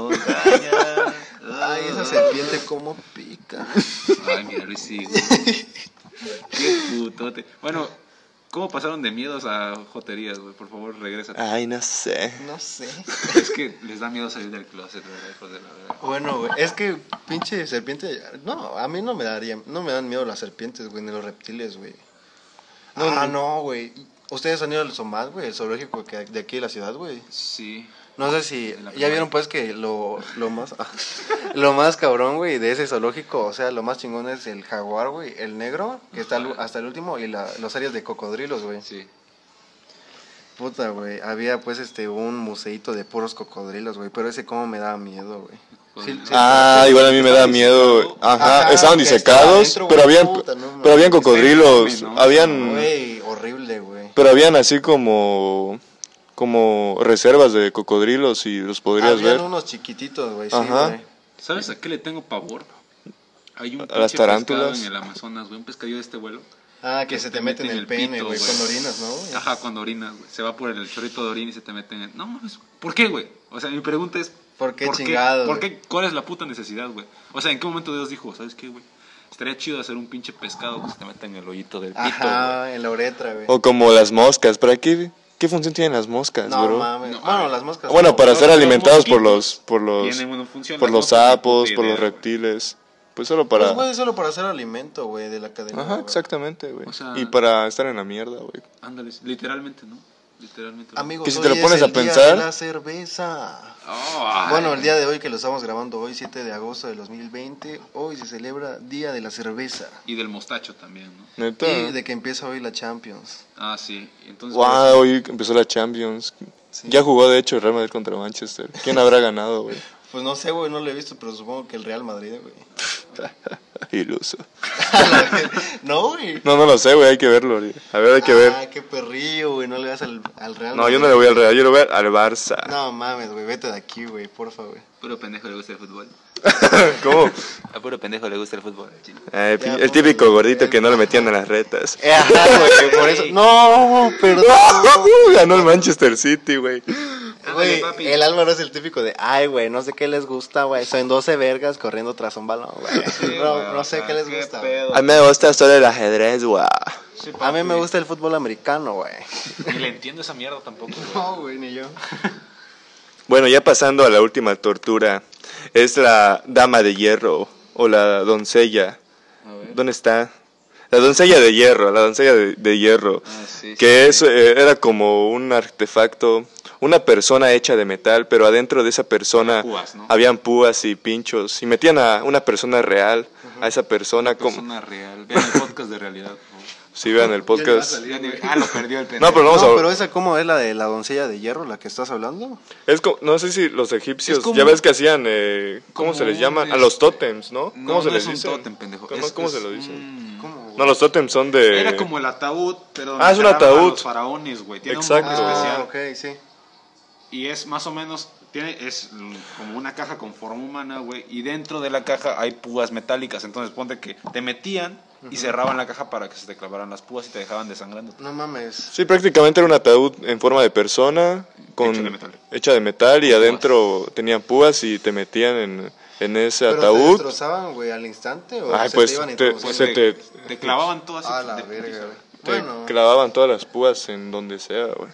[SPEAKER 4] montañas.
[SPEAKER 2] Ay, esa serpiente cómo pica.
[SPEAKER 1] [laughs]
[SPEAKER 4] Ay, mira, Luis, sí, güey. Qué putote. Bueno, ¿Cómo pasaron de miedos a joterías, güey? Por favor, regresa.
[SPEAKER 1] Ay, no sé.
[SPEAKER 2] No sé.
[SPEAKER 4] Es que les da miedo salir del closet, ¿verdad? Hijos de la verga.
[SPEAKER 2] Bueno, güey, es que pinche serpiente. No, a mí no me daría. No me dan miedo las serpientes, güey, ni los reptiles, güey. ah, no, güey. Ustedes han ido al Somat, güey, el zoológico que- de aquí de la ciudad, güey.
[SPEAKER 4] Sí.
[SPEAKER 2] No sé si
[SPEAKER 4] En la
[SPEAKER 2] ya
[SPEAKER 4] primaria.
[SPEAKER 2] vieron pues que lo, lo más [laughs] lo más cabrón, güey, de ese zoológico, o sea, lo más chingón es el jaguar, güey, el negro, que está al- hasta el último y la- los áreas de cocodrilos, güey.
[SPEAKER 4] Sí.
[SPEAKER 2] Puta, güey, había pues este un museito de puros cocodrilos, güey, pero ese como me daba miedo, güey. Sí, sí.
[SPEAKER 1] Ah, igual a mí me da miedo. Ajá,
[SPEAKER 2] Ajá,
[SPEAKER 1] estaban
[SPEAKER 2] que
[SPEAKER 1] disecados,
[SPEAKER 2] estaba adentro,
[SPEAKER 1] pero
[SPEAKER 2] güey,
[SPEAKER 1] habían,
[SPEAKER 2] puta, no mames.
[SPEAKER 1] pero habían cocodrilos,
[SPEAKER 4] ¿no?
[SPEAKER 1] habían,
[SPEAKER 2] Güey, horrible, güey.
[SPEAKER 1] pero habían así como, como reservas de cocodrilos y los podrías
[SPEAKER 2] Habían
[SPEAKER 1] ver.
[SPEAKER 2] unos chiquititos, güey, sí,
[SPEAKER 1] Ajá.
[SPEAKER 2] güey.
[SPEAKER 4] ¿Sabes a qué le tengo pavor? Hay un
[SPEAKER 1] A- a las
[SPEAKER 4] pinche pescado
[SPEAKER 1] tarántulas.
[SPEAKER 4] en el Amazonas, güey, un pescadillo de este vuelo.
[SPEAKER 2] Ah, que se te mete en el pene,
[SPEAKER 4] pito,
[SPEAKER 2] güey, con orinas, ¿no? güey?
[SPEAKER 4] Ajá, cuando orinas, güey. Se va por el chorrito de orina y se te mete en el... No mames, ¿por qué, güey? O sea, mi pregunta es...
[SPEAKER 2] ¿Por qué chingado,
[SPEAKER 4] ¿Por
[SPEAKER 2] güey?
[SPEAKER 4] qué? ¿Cuál es la puta necesidad, güey? O sea, ¿en qué momento Dios dijo, sabes qué, güey? Estaría chido hacer un pinche pescado que se te meta en el hoyito del pito, güey.
[SPEAKER 2] Ajá, en la uretra, güey.
[SPEAKER 1] O como las moscas, ¿para qué, qué función tienen las moscas,
[SPEAKER 2] No
[SPEAKER 1] bro?
[SPEAKER 2] mames. bueno, las moscas.
[SPEAKER 1] Bueno, para
[SPEAKER 4] los-
[SPEAKER 1] ser
[SPEAKER 4] los
[SPEAKER 1] alimentados por los,
[SPEAKER 4] mosquitos
[SPEAKER 1] por los,
[SPEAKER 4] Tienen una función,
[SPEAKER 1] por
[SPEAKER 4] las
[SPEAKER 1] los
[SPEAKER 4] moscas, ni
[SPEAKER 1] sapos,
[SPEAKER 4] puta
[SPEAKER 1] por los
[SPEAKER 4] idea, güey.
[SPEAKER 1] reptiles, pues solo
[SPEAKER 2] Pues,
[SPEAKER 1] para,
[SPEAKER 2] güey, solo para hacer alimento, güey, de la cadena.
[SPEAKER 1] ajá,
[SPEAKER 2] güey.
[SPEAKER 1] exactamente, güey,
[SPEAKER 4] O sea-
[SPEAKER 1] y para estar en la mierda, güey.
[SPEAKER 4] Ándale, literalmente, ¿no? Literalmente. güey.
[SPEAKER 2] Amigos,
[SPEAKER 1] Que si te lo
[SPEAKER 2] hoy
[SPEAKER 1] pones
[SPEAKER 2] es
[SPEAKER 1] a
[SPEAKER 2] el día
[SPEAKER 1] pensar-
[SPEAKER 2] de la cerveza.
[SPEAKER 4] Oh, ay.
[SPEAKER 2] Bueno, el día de hoy que lo estamos grabando, hoy 7 de agosto de 2020, hoy se celebra Día de la Cerveza.
[SPEAKER 4] Y del mostacho también, ¿no?
[SPEAKER 1] Neta.
[SPEAKER 2] Y de que empieza hoy la Champions.
[SPEAKER 4] Ah, sí. Entonces,
[SPEAKER 1] Wow, hoy empezó la Champions. Ya jugó de hecho el Real Madrid contra Manchester. ¿Quién habrá ganado,
[SPEAKER 2] [laughs]
[SPEAKER 1] güey?
[SPEAKER 2] Pues no sé, güey, no lo he visto, pero supongo que el Real Madrid,
[SPEAKER 4] [laughs]
[SPEAKER 2] güey. [laughs]
[SPEAKER 1] Iluso.
[SPEAKER 2] no, güey.
[SPEAKER 1] No, no lo sé, güey, hay que verlo. güey. A ver, hay que ver.
[SPEAKER 2] Ah, qué perrillo, güey, no le vas al, al Real
[SPEAKER 1] No, yo no le voy al Real, yo le voy al Barça.
[SPEAKER 2] No mames, güey, vete de aquí, güey, porfa,
[SPEAKER 1] [laughs]
[SPEAKER 2] güey.
[SPEAKER 4] puro pendejo le gusta el fútbol.
[SPEAKER 1] ¿Cómo?
[SPEAKER 4] A puro pendejo le gusta el fútbol.
[SPEAKER 1] Ay, pin-
[SPEAKER 2] Ya,
[SPEAKER 1] el típico
[SPEAKER 2] ponle-
[SPEAKER 1] gordito que no le metían a las retas.
[SPEAKER 2] Ajá, [laughs] güey, por eso. No,
[SPEAKER 1] [laughs]
[SPEAKER 2] perdón.
[SPEAKER 1] Uh, Ganó el Manchester City, güey.
[SPEAKER 2] Güey,
[SPEAKER 4] Ándale, papi.
[SPEAKER 2] el Álvaro es el típico de, ay, güey, no sé qué les gusta, güey. Son 12 vergas corriendo tras un balón, güey. [laughs] no,
[SPEAKER 4] güey,
[SPEAKER 2] no
[SPEAKER 4] o
[SPEAKER 2] sé
[SPEAKER 4] sea,
[SPEAKER 2] qué les
[SPEAKER 4] qué
[SPEAKER 2] gusta.
[SPEAKER 4] pedo.
[SPEAKER 2] güey.
[SPEAKER 1] A mí me gusta solo el ajedrez, güey.
[SPEAKER 2] A mí me gusta el fútbol americano, güey.
[SPEAKER 4] Ni le entiendo esa mierda tampoco, güey.
[SPEAKER 2] güey, ni yo.
[SPEAKER 1] Bueno, ya pasando a la última tortura. Es la dama de hierro o la doncella. ¿Dónde está? La doncella de hierro, la doncella de, de hierro.
[SPEAKER 4] Ah, sí,
[SPEAKER 1] que es, eh, era como un artefacto, una persona hecha de metal, pero adentro de esa persona
[SPEAKER 4] púas, ¿no?
[SPEAKER 1] habían púas y pinchos. Y metían a una persona real, a esa persona como...
[SPEAKER 4] Persona real. Vean el podcast de realidad. por favor.
[SPEAKER 1] Si vean el podcast.
[SPEAKER 4] Ya ni- Ah, lo perdió el
[SPEAKER 1] No,
[SPEAKER 4] pendejo.
[SPEAKER 1] pero no vamos
[SPEAKER 2] no,
[SPEAKER 1] a-
[SPEAKER 2] pero esa, ¿cómo es la de la doncella de hierro, la que estás hablando?
[SPEAKER 1] Es co- no sé si los egipcios,
[SPEAKER 4] Es como-
[SPEAKER 1] ya ves que hacían, eh, ¿cómo
[SPEAKER 4] como
[SPEAKER 1] se les
[SPEAKER 4] un,
[SPEAKER 1] llaman? A
[SPEAKER 4] este,
[SPEAKER 1] los tótems, ¿no? ¿Cómo
[SPEAKER 4] No,
[SPEAKER 1] se
[SPEAKER 4] no
[SPEAKER 1] les
[SPEAKER 4] es un
[SPEAKER 1] dice?
[SPEAKER 4] tótem, pendejo.
[SPEAKER 1] ¿Cómo,
[SPEAKER 4] Es-
[SPEAKER 1] cómo
[SPEAKER 4] es
[SPEAKER 1] se lo
[SPEAKER 4] un-
[SPEAKER 1] dicen?
[SPEAKER 2] ¿Cómo?
[SPEAKER 1] No, los tótems son de...
[SPEAKER 4] Era como el ataúd, pero.
[SPEAKER 1] Ah, es un
[SPEAKER 4] enterraban a
[SPEAKER 1] ataúd.
[SPEAKER 4] Los faraones, güey. Tiene
[SPEAKER 1] Exacto.
[SPEAKER 4] un nombre
[SPEAKER 2] Ah,
[SPEAKER 4] especial.
[SPEAKER 2] ok, sí.
[SPEAKER 4] Y es más o menos. Tiene, es mm, como una caja con forma humana, güey. Y dentro de la caja hay púas metálicas. Entonces ponte que te metían y cerraban la caja para que se te clavaran las púas y te dejaban desangrando.
[SPEAKER 2] No mames.
[SPEAKER 1] Sí, prácticamente era un ataúd en forma de persona, con,
[SPEAKER 4] Hecho de metal.
[SPEAKER 1] hecha de metal, y adentro tenían púas y te metían en, en ese
[SPEAKER 2] ¿Pero te
[SPEAKER 1] ataúd.
[SPEAKER 2] destrozaban, güey, al instante o
[SPEAKER 1] Ay,
[SPEAKER 2] se
[SPEAKER 1] pues,
[SPEAKER 2] te iban y
[SPEAKER 1] te-
[SPEAKER 2] te pusieron?
[SPEAKER 1] se te,
[SPEAKER 4] Te clavaban todas
[SPEAKER 2] A la verga, güey.
[SPEAKER 1] te
[SPEAKER 2] Bueno,
[SPEAKER 1] clavaban todas las púas en donde sea, güey.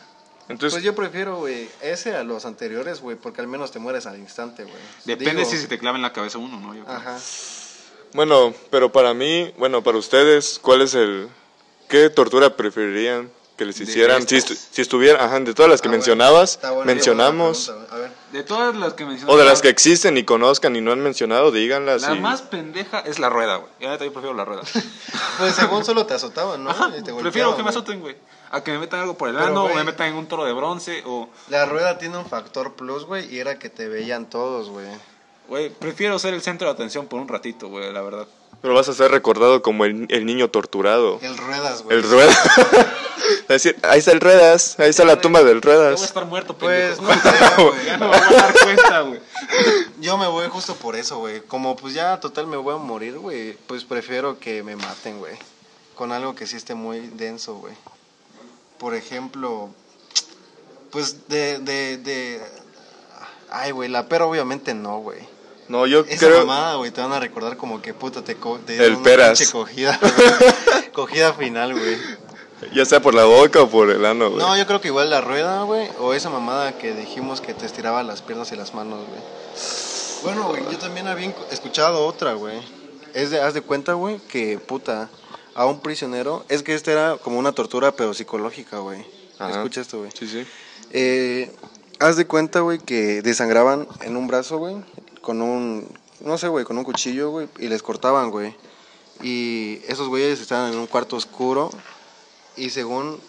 [SPEAKER 1] Entonces,
[SPEAKER 2] pues yo prefiero, güey, ese a los anteriores, güey, porque al menos te mueres al instante, güey.
[SPEAKER 4] Depende
[SPEAKER 2] Digo,
[SPEAKER 4] si se te clava en la cabeza uno, ¿no? Yo creo.
[SPEAKER 2] Ajá.
[SPEAKER 1] bueno, pero para mí, bueno, para ustedes, ¿cuál es el... ¿Qué tortura preferirían que les hicieran? Si, estu- si estuvieran, ajá, de todas las que
[SPEAKER 2] Ah, bueno,
[SPEAKER 1] mencionabas,
[SPEAKER 2] está bueno,
[SPEAKER 1] mencionamos,
[SPEAKER 2] buena pregunta, güey. A ver.
[SPEAKER 4] De todas las que mencioné.
[SPEAKER 1] o de las que existen y conozcan y no han mencionado, díganlas.
[SPEAKER 4] La
[SPEAKER 1] y-
[SPEAKER 4] más pendeja es la rueda, güey. Y ahorita yo prefiero la rueda.
[SPEAKER 2] Pues según solo te azotaban, ¿no?
[SPEAKER 4] Ajá,
[SPEAKER 2] Y te
[SPEAKER 4] prefiero
[SPEAKER 2] golpeaban,
[SPEAKER 4] que me
[SPEAKER 2] güey.
[SPEAKER 4] azoten, güey. A que me metan algo por el
[SPEAKER 2] Pero,
[SPEAKER 4] ano, o
[SPEAKER 2] güey.
[SPEAKER 4] me metan en un toro de bronce, o.
[SPEAKER 2] La rueda tiene un factor plus, güey, y era que te veían todos, güey.
[SPEAKER 4] Güey, prefiero ser el centro de atención por un ratito, güey, la verdad.
[SPEAKER 1] Pero vas a ser recordado como el, el niño torturado.
[SPEAKER 2] El ruedas, güey.
[SPEAKER 1] El ruedas. [laughs] Es decir, ahí está el ruedas, ahí está la tumba del
[SPEAKER 4] Yo voy a
[SPEAKER 1] ruedas.
[SPEAKER 4] estar muerto,
[SPEAKER 2] Pues,
[SPEAKER 4] pendejo.
[SPEAKER 2] no sé, güey.
[SPEAKER 4] [laughs] ya no me voy a dar cuenta, güey.
[SPEAKER 2] Yo me voy justo por eso, güey. Como pues ya total me voy a morir, güey. Pues prefiero que me maten, güey. Con algo que sí esté muy denso, güey. Por ejemplo, pues de, de, de... Ay, güey, la pera obviamente no, güey.
[SPEAKER 1] No, yo
[SPEAKER 2] Esa
[SPEAKER 1] creo.
[SPEAKER 2] mamada, güey, te van a recordar como que puta te, co- te
[SPEAKER 1] El
[SPEAKER 2] dieron una [laughs]
[SPEAKER 1] peras.
[SPEAKER 2] pinche cogida, güey. cogida final, güey.
[SPEAKER 1] Ya sea por la boca o por el ano, güey.
[SPEAKER 2] No, yo creo que igual la rueda, güey. O esa mamada que dijimos que te estiraba las piernas y las manos, güey. Bueno, güey, yo también había encu- escuchado otra, güey. Es de, haz de cuenta, güey, que puta, a un prisionero. Es que esta era como una tortura, pero psicológica, güey. Escucha esto, güey.
[SPEAKER 1] Sí, sí.
[SPEAKER 2] Eh, haz de cuenta, güey, que desangraban en un brazo, güey, con un, no sé, güey, con un cuchillo, güey, y les cortaban, güey. Y esos güeyes estaban en un cuarto oscuro y según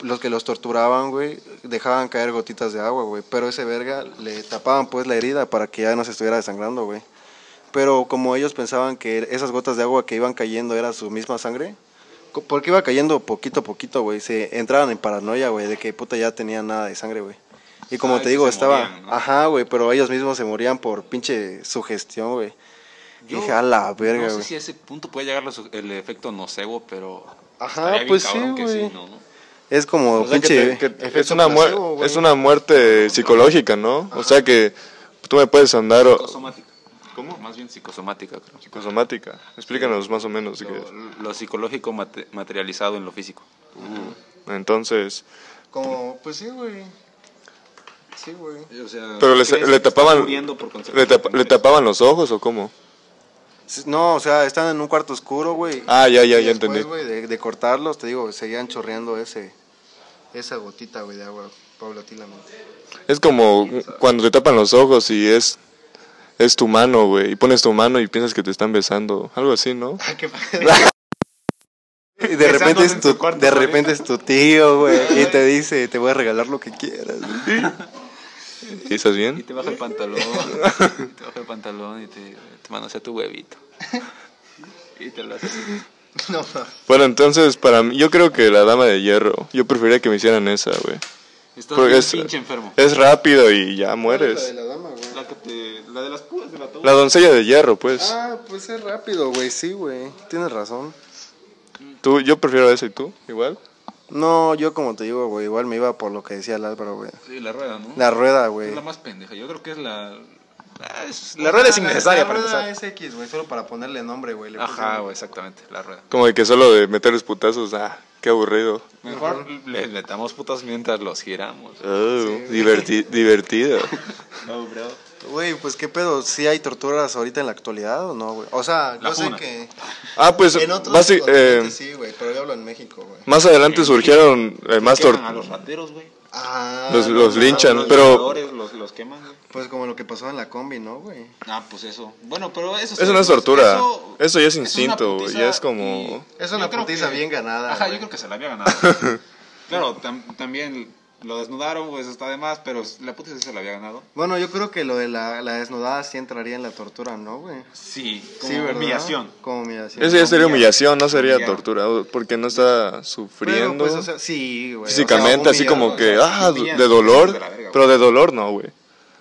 [SPEAKER 2] los que los torturaban, güey, dejaban caer gotitas de agua, güey. Pero ese verga le tapaban, pues, la herida para que ya no se estuviera desangrando, güey. Pero como ellos pensaban que esas gotas de agua que iban cayendo era su misma sangre, co- porque iba cayendo poquito a poquito, güey. Se entraban en paranoia, güey, de que puta ya tenía nada de sangre, güey. Y como
[SPEAKER 4] Ah,
[SPEAKER 2] te
[SPEAKER 4] y
[SPEAKER 2] digo,
[SPEAKER 4] se
[SPEAKER 2] estaba.
[SPEAKER 4] morían, ¿no?
[SPEAKER 2] Ajá, güey, pero ellos mismos se morían por pinche sugestión, güey. Y Dije, a la verga,
[SPEAKER 4] No
[SPEAKER 2] güey.
[SPEAKER 4] sé si a ese punto puede llegar la su- el efecto nocebo, pero.
[SPEAKER 2] Ajá,
[SPEAKER 4] estaría bien
[SPEAKER 2] pues sí,
[SPEAKER 4] cabrón que
[SPEAKER 2] güey.
[SPEAKER 4] ¿no?
[SPEAKER 2] Es como
[SPEAKER 1] O sea, que
[SPEAKER 2] pinche.
[SPEAKER 1] te- que
[SPEAKER 2] efecto
[SPEAKER 1] es, una muer-
[SPEAKER 2] placebo, güey.
[SPEAKER 1] es una muerte psicológica, ¿no? O sea que tú me puedes andar o-
[SPEAKER 4] Psicosomática. ¿Cómo? Más bien psicosomática, creo.
[SPEAKER 1] psicosomática. Explícanos más o menos. si quieres.
[SPEAKER 4] Lo, lo psicológico mate- materializado en lo físico.
[SPEAKER 1] Entonces,
[SPEAKER 2] Como, pues sí, güey. Sí, güey.
[SPEAKER 4] O sea,
[SPEAKER 1] Pero le- le
[SPEAKER 4] ¿crees que está
[SPEAKER 1] tapaban-
[SPEAKER 4] muriendo por
[SPEAKER 1] ¿le,
[SPEAKER 4] consecuencias
[SPEAKER 1] tapa- le
[SPEAKER 4] mentales?
[SPEAKER 1] tapaban los ojos o cómo?
[SPEAKER 2] Sí, No, o sea, están en un cuarto oscuro, güey.
[SPEAKER 1] Ah, ya, ya,
[SPEAKER 2] Y
[SPEAKER 1] ya
[SPEAKER 2] después,
[SPEAKER 1] entendí.
[SPEAKER 2] güey, de, de cortarlos, te digo, seguían chorreando ese, esa gotita, güey, de agua paulatinamente.
[SPEAKER 1] Es como cuando te tapan los ojos y es, es tu mano, güey. Y pones tu mano y piensas que te están besando. Algo así, ¿no?
[SPEAKER 2] Y
[SPEAKER 4] [laughs]
[SPEAKER 2] de repente, es tu,
[SPEAKER 4] cuarto,
[SPEAKER 2] de repente es tu tío, güey, y te dice, te voy a regalar lo que quieras. güey.
[SPEAKER 1] ¿Y estás
[SPEAKER 4] Y pues,
[SPEAKER 1] bien?
[SPEAKER 4] te baja el pantalón. y te baja el pantalón y te, te manosea tu huevito. y te lo haces.
[SPEAKER 1] Bueno, entonces, para mí, yo creo que la dama de hierro. Yo preferiría que me hicieran esa, güey.
[SPEAKER 4] Estás
[SPEAKER 1] Porque
[SPEAKER 4] bien
[SPEAKER 1] es-
[SPEAKER 4] pinche enfermo.
[SPEAKER 1] Es rápido y
[SPEAKER 2] Ah,
[SPEAKER 1] ya mueres.
[SPEAKER 13] La, que te- la de las púas de la tos.
[SPEAKER 1] La doncella de hierro, pues.
[SPEAKER 2] Ah, pues es rápido, güey, sí, güey, tienes razón.
[SPEAKER 1] Tú, yo prefiero esa y tú, igual.
[SPEAKER 2] No, yo como te digo, güey, igual me iba por lo que decía el Álvaro, güey.
[SPEAKER 4] Sí, la rueda, ¿no?
[SPEAKER 2] La rueda, güey.
[SPEAKER 4] Es la más pendeja. Yo creo que es la. Ah, es-
[SPEAKER 2] La rueda es
[SPEAKER 4] innecesaria
[SPEAKER 2] para empezar. La rueda es X, güey, solo para ponerle nombre, güey. le
[SPEAKER 4] Ajá,
[SPEAKER 2] pusieron.
[SPEAKER 4] güey, exactamente. La rueda.
[SPEAKER 1] Como de que solo de meterles putazos, ah, qué aburrido.
[SPEAKER 4] Mejor le metamos putas mientras los giramos.
[SPEAKER 1] Oh, [laughs] diverti- divertido.
[SPEAKER 4] No, bro.
[SPEAKER 2] Güey, pues qué pedo, ¿sí hay torturas ahorita en la actualidad o no, güey? O sea,
[SPEAKER 4] La
[SPEAKER 2] yo sé
[SPEAKER 4] funa.
[SPEAKER 2] que
[SPEAKER 1] Ah, pues
[SPEAKER 2] en otros
[SPEAKER 1] basi-
[SPEAKER 2] continentes
[SPEAKER 1] eh,
[SPEAKER 2] sí, güey, pero yo hablo en México, güey.
[SPEAKER 1] más adelante surgieron eh, más tor-
[SPEAKER 4] Queman a los rateros, güey.
[SPEAKER 2] Ah,
[SPEAKER 1] los,
[SPEAKER 2] no,
[SPEAKER 1] los
[SPEAKER 2] no,
[SPEAKER 1] linchan,
[SPEAKER 13] Los
[SPEAKER 1] pero
[SPEAKER 13] violadores, los, los queman, güey.
[SPEAKER 2] Pues como lo que pasó en la combi, ¿no, güey?
[SPEAKER 4] Ah, pues eso. Bueno, pero eso.
[SPEAKER 1] eso no es tortura.
[SPEAKER 4] Eso,
[SPEAKER 1] Eso ya es
[SPEAKER 4] una
[SPEAKER 1] instinto, güey,
[SPEAKER 4] putiza
[SPEAKER 1] ya es
[SPEAKER 4] y-
[SPEAKER 1] como...
[SPEAKER 2] Es una
[SPEAKER 13] Yo creo
[SPEAKER 2] putiza
[SPEAKER 13] que-
[SPEAKER 2] bien ganada,
[SPEAKER 13] Ajá,
[SPEAKER 2] güey.
[SPEAKER 13] yo creo que se la había
[SPEAKER 1] [laughs]
[SPEAKER 13] ganado. claro, tam- también lo desnudaron, pues está de más, pero la putiza sí se la había ganado.
[SPEAKER 2] Bueno, yo creo que lo de la, la desnudada sí entraría en la tortura, ¿no, güey?
[SPEAKER 13] Sí, como
[SPEAKER 2] Sí, ¿verdad?
[SPEAKER 13] humillación.
[SPEAKER 2] Como humillación.
[SPEAKER 1] Eso ya sería humillación, no sería
[SPEAKER 13] Humillar.
[SPEAKER 1] tortura, o- porque no está
[SPEAKER 2] Pero,
[SPEAKER 1] sufriendo
[SPEAKER 2] pues, o sea, sí, güey. o sea,
[SPEAKER 1] físicamente, así
[SPEAKER 2] humillar-
[SPEAKER 1] como que,
[SPEAKER 13] o sea,
[SPEAKER 1] ah,
[SPEAKER 13] humillan,
[SPEAKER 1] de
[SPEAKER 13] de
[SPEAKER 1] dolor,
[SPEAKER 13] la verga,
[SPEAKER 1] pero de dolor no, güey.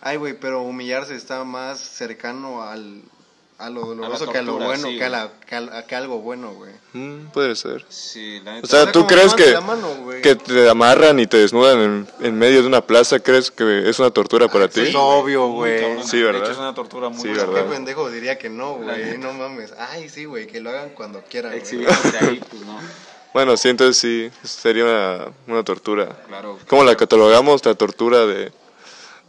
[SPEAKER 2] Ay, güey, pero humillarse está más cercano al, a lo doloroso que a lo
[SPEAKER 13] tortura,
[SPEAKER 2] bueno,
[SPEAKER 13] sí,
[SPEAKER 2] que, a la- que a- a que algo bueno, güey.
[SPEAKER 1] Mm, puede ser.
[SPEAKER 13] Sí, la
[SPEAKER 1] O
[SPEAKER 13] neta.
[SPEAKER 1] sea, ¿tú
[SPEAKER 2] como
[SPEAKER 1] crees
[SPEAKER 2] levante
[SPEAKER 1] que,
[SPEAKER 2] la mano, güey.
[SPEAKER 1] que te amarran y te desnudan en, en medio de una plaza? ¿Crees que es una tortura para ti?
[SPEAKER 2] Es obvio, güey.
[SPEAKER 4] cabrón.
[SPEAKER 1] Sí,
[SPEAKER 4] De
[SPEAKER 1] ¿verdad?
[SPEAKER 4] hecho, es una tortura muy
[SPEAKER 1] Sí,
[SPEAKER 4] buena.
[SPEAKER 2] Qué
[SPEAKER 1] ¿verdad?
[SPEAKER 2] pendejo diría que no, güey. No mames. Ay, sí, güey, que lo hagan cuando quieran. güey.
[SPEAKER 13] Exhibiéndose ahí, pues no.
[SPEAKER 1] Bueno, sí, entonces sí, sería una, una tortura.
[SPEAKER 13] Claro.
[SPEAKER 1] ¿Cómo la catalogamos? La tortura de,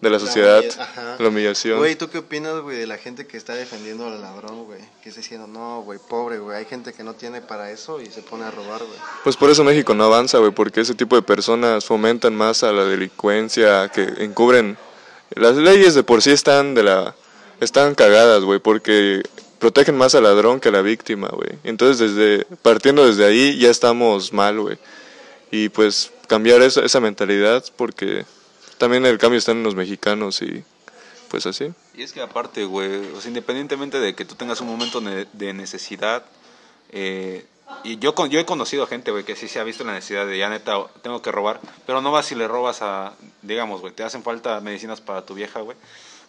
[SPEAKER 1] de la sociedad,
[SPEAKER 2] humilla- ajá.
[SPEAKER 1] la humillación.
[SPEAKER 2] Güey, ¿tú qué opinas, güey, de la gente que está defendiendo al ladrón, güey? Que está diciendo, no, güey, pobre, güey. Hay gente que no tiene para eso y se pone a robar, güey.
[SPEAKER 1] Pues por eso México no avanza, güey, porque ese tipo de personas fomentan más a la delincuencia, que encubren... Las leyes de por sí están de la... Están cagadas, güey, porque protegen más al ladrón que a la víctima, güey. Entonces, desde partiendo desde ahí, ya estamos mal, güey. Y pues cambiar esa, esa mentalidad, porque también el cambio está en los mexicanos y pues así.
[SPEAKER 4] Y es que aparte, güey, o sea, independientemente de que tú tengas un momento ne- de necesidad, eh, y yo, con- yo he conocido gente, güey, que sí se ha visto la necesidad de, ya neta, o- tengo que robar, pero no vas si le robas a, digamos, güey, te hacen falta medicinas para tu vieja, güey.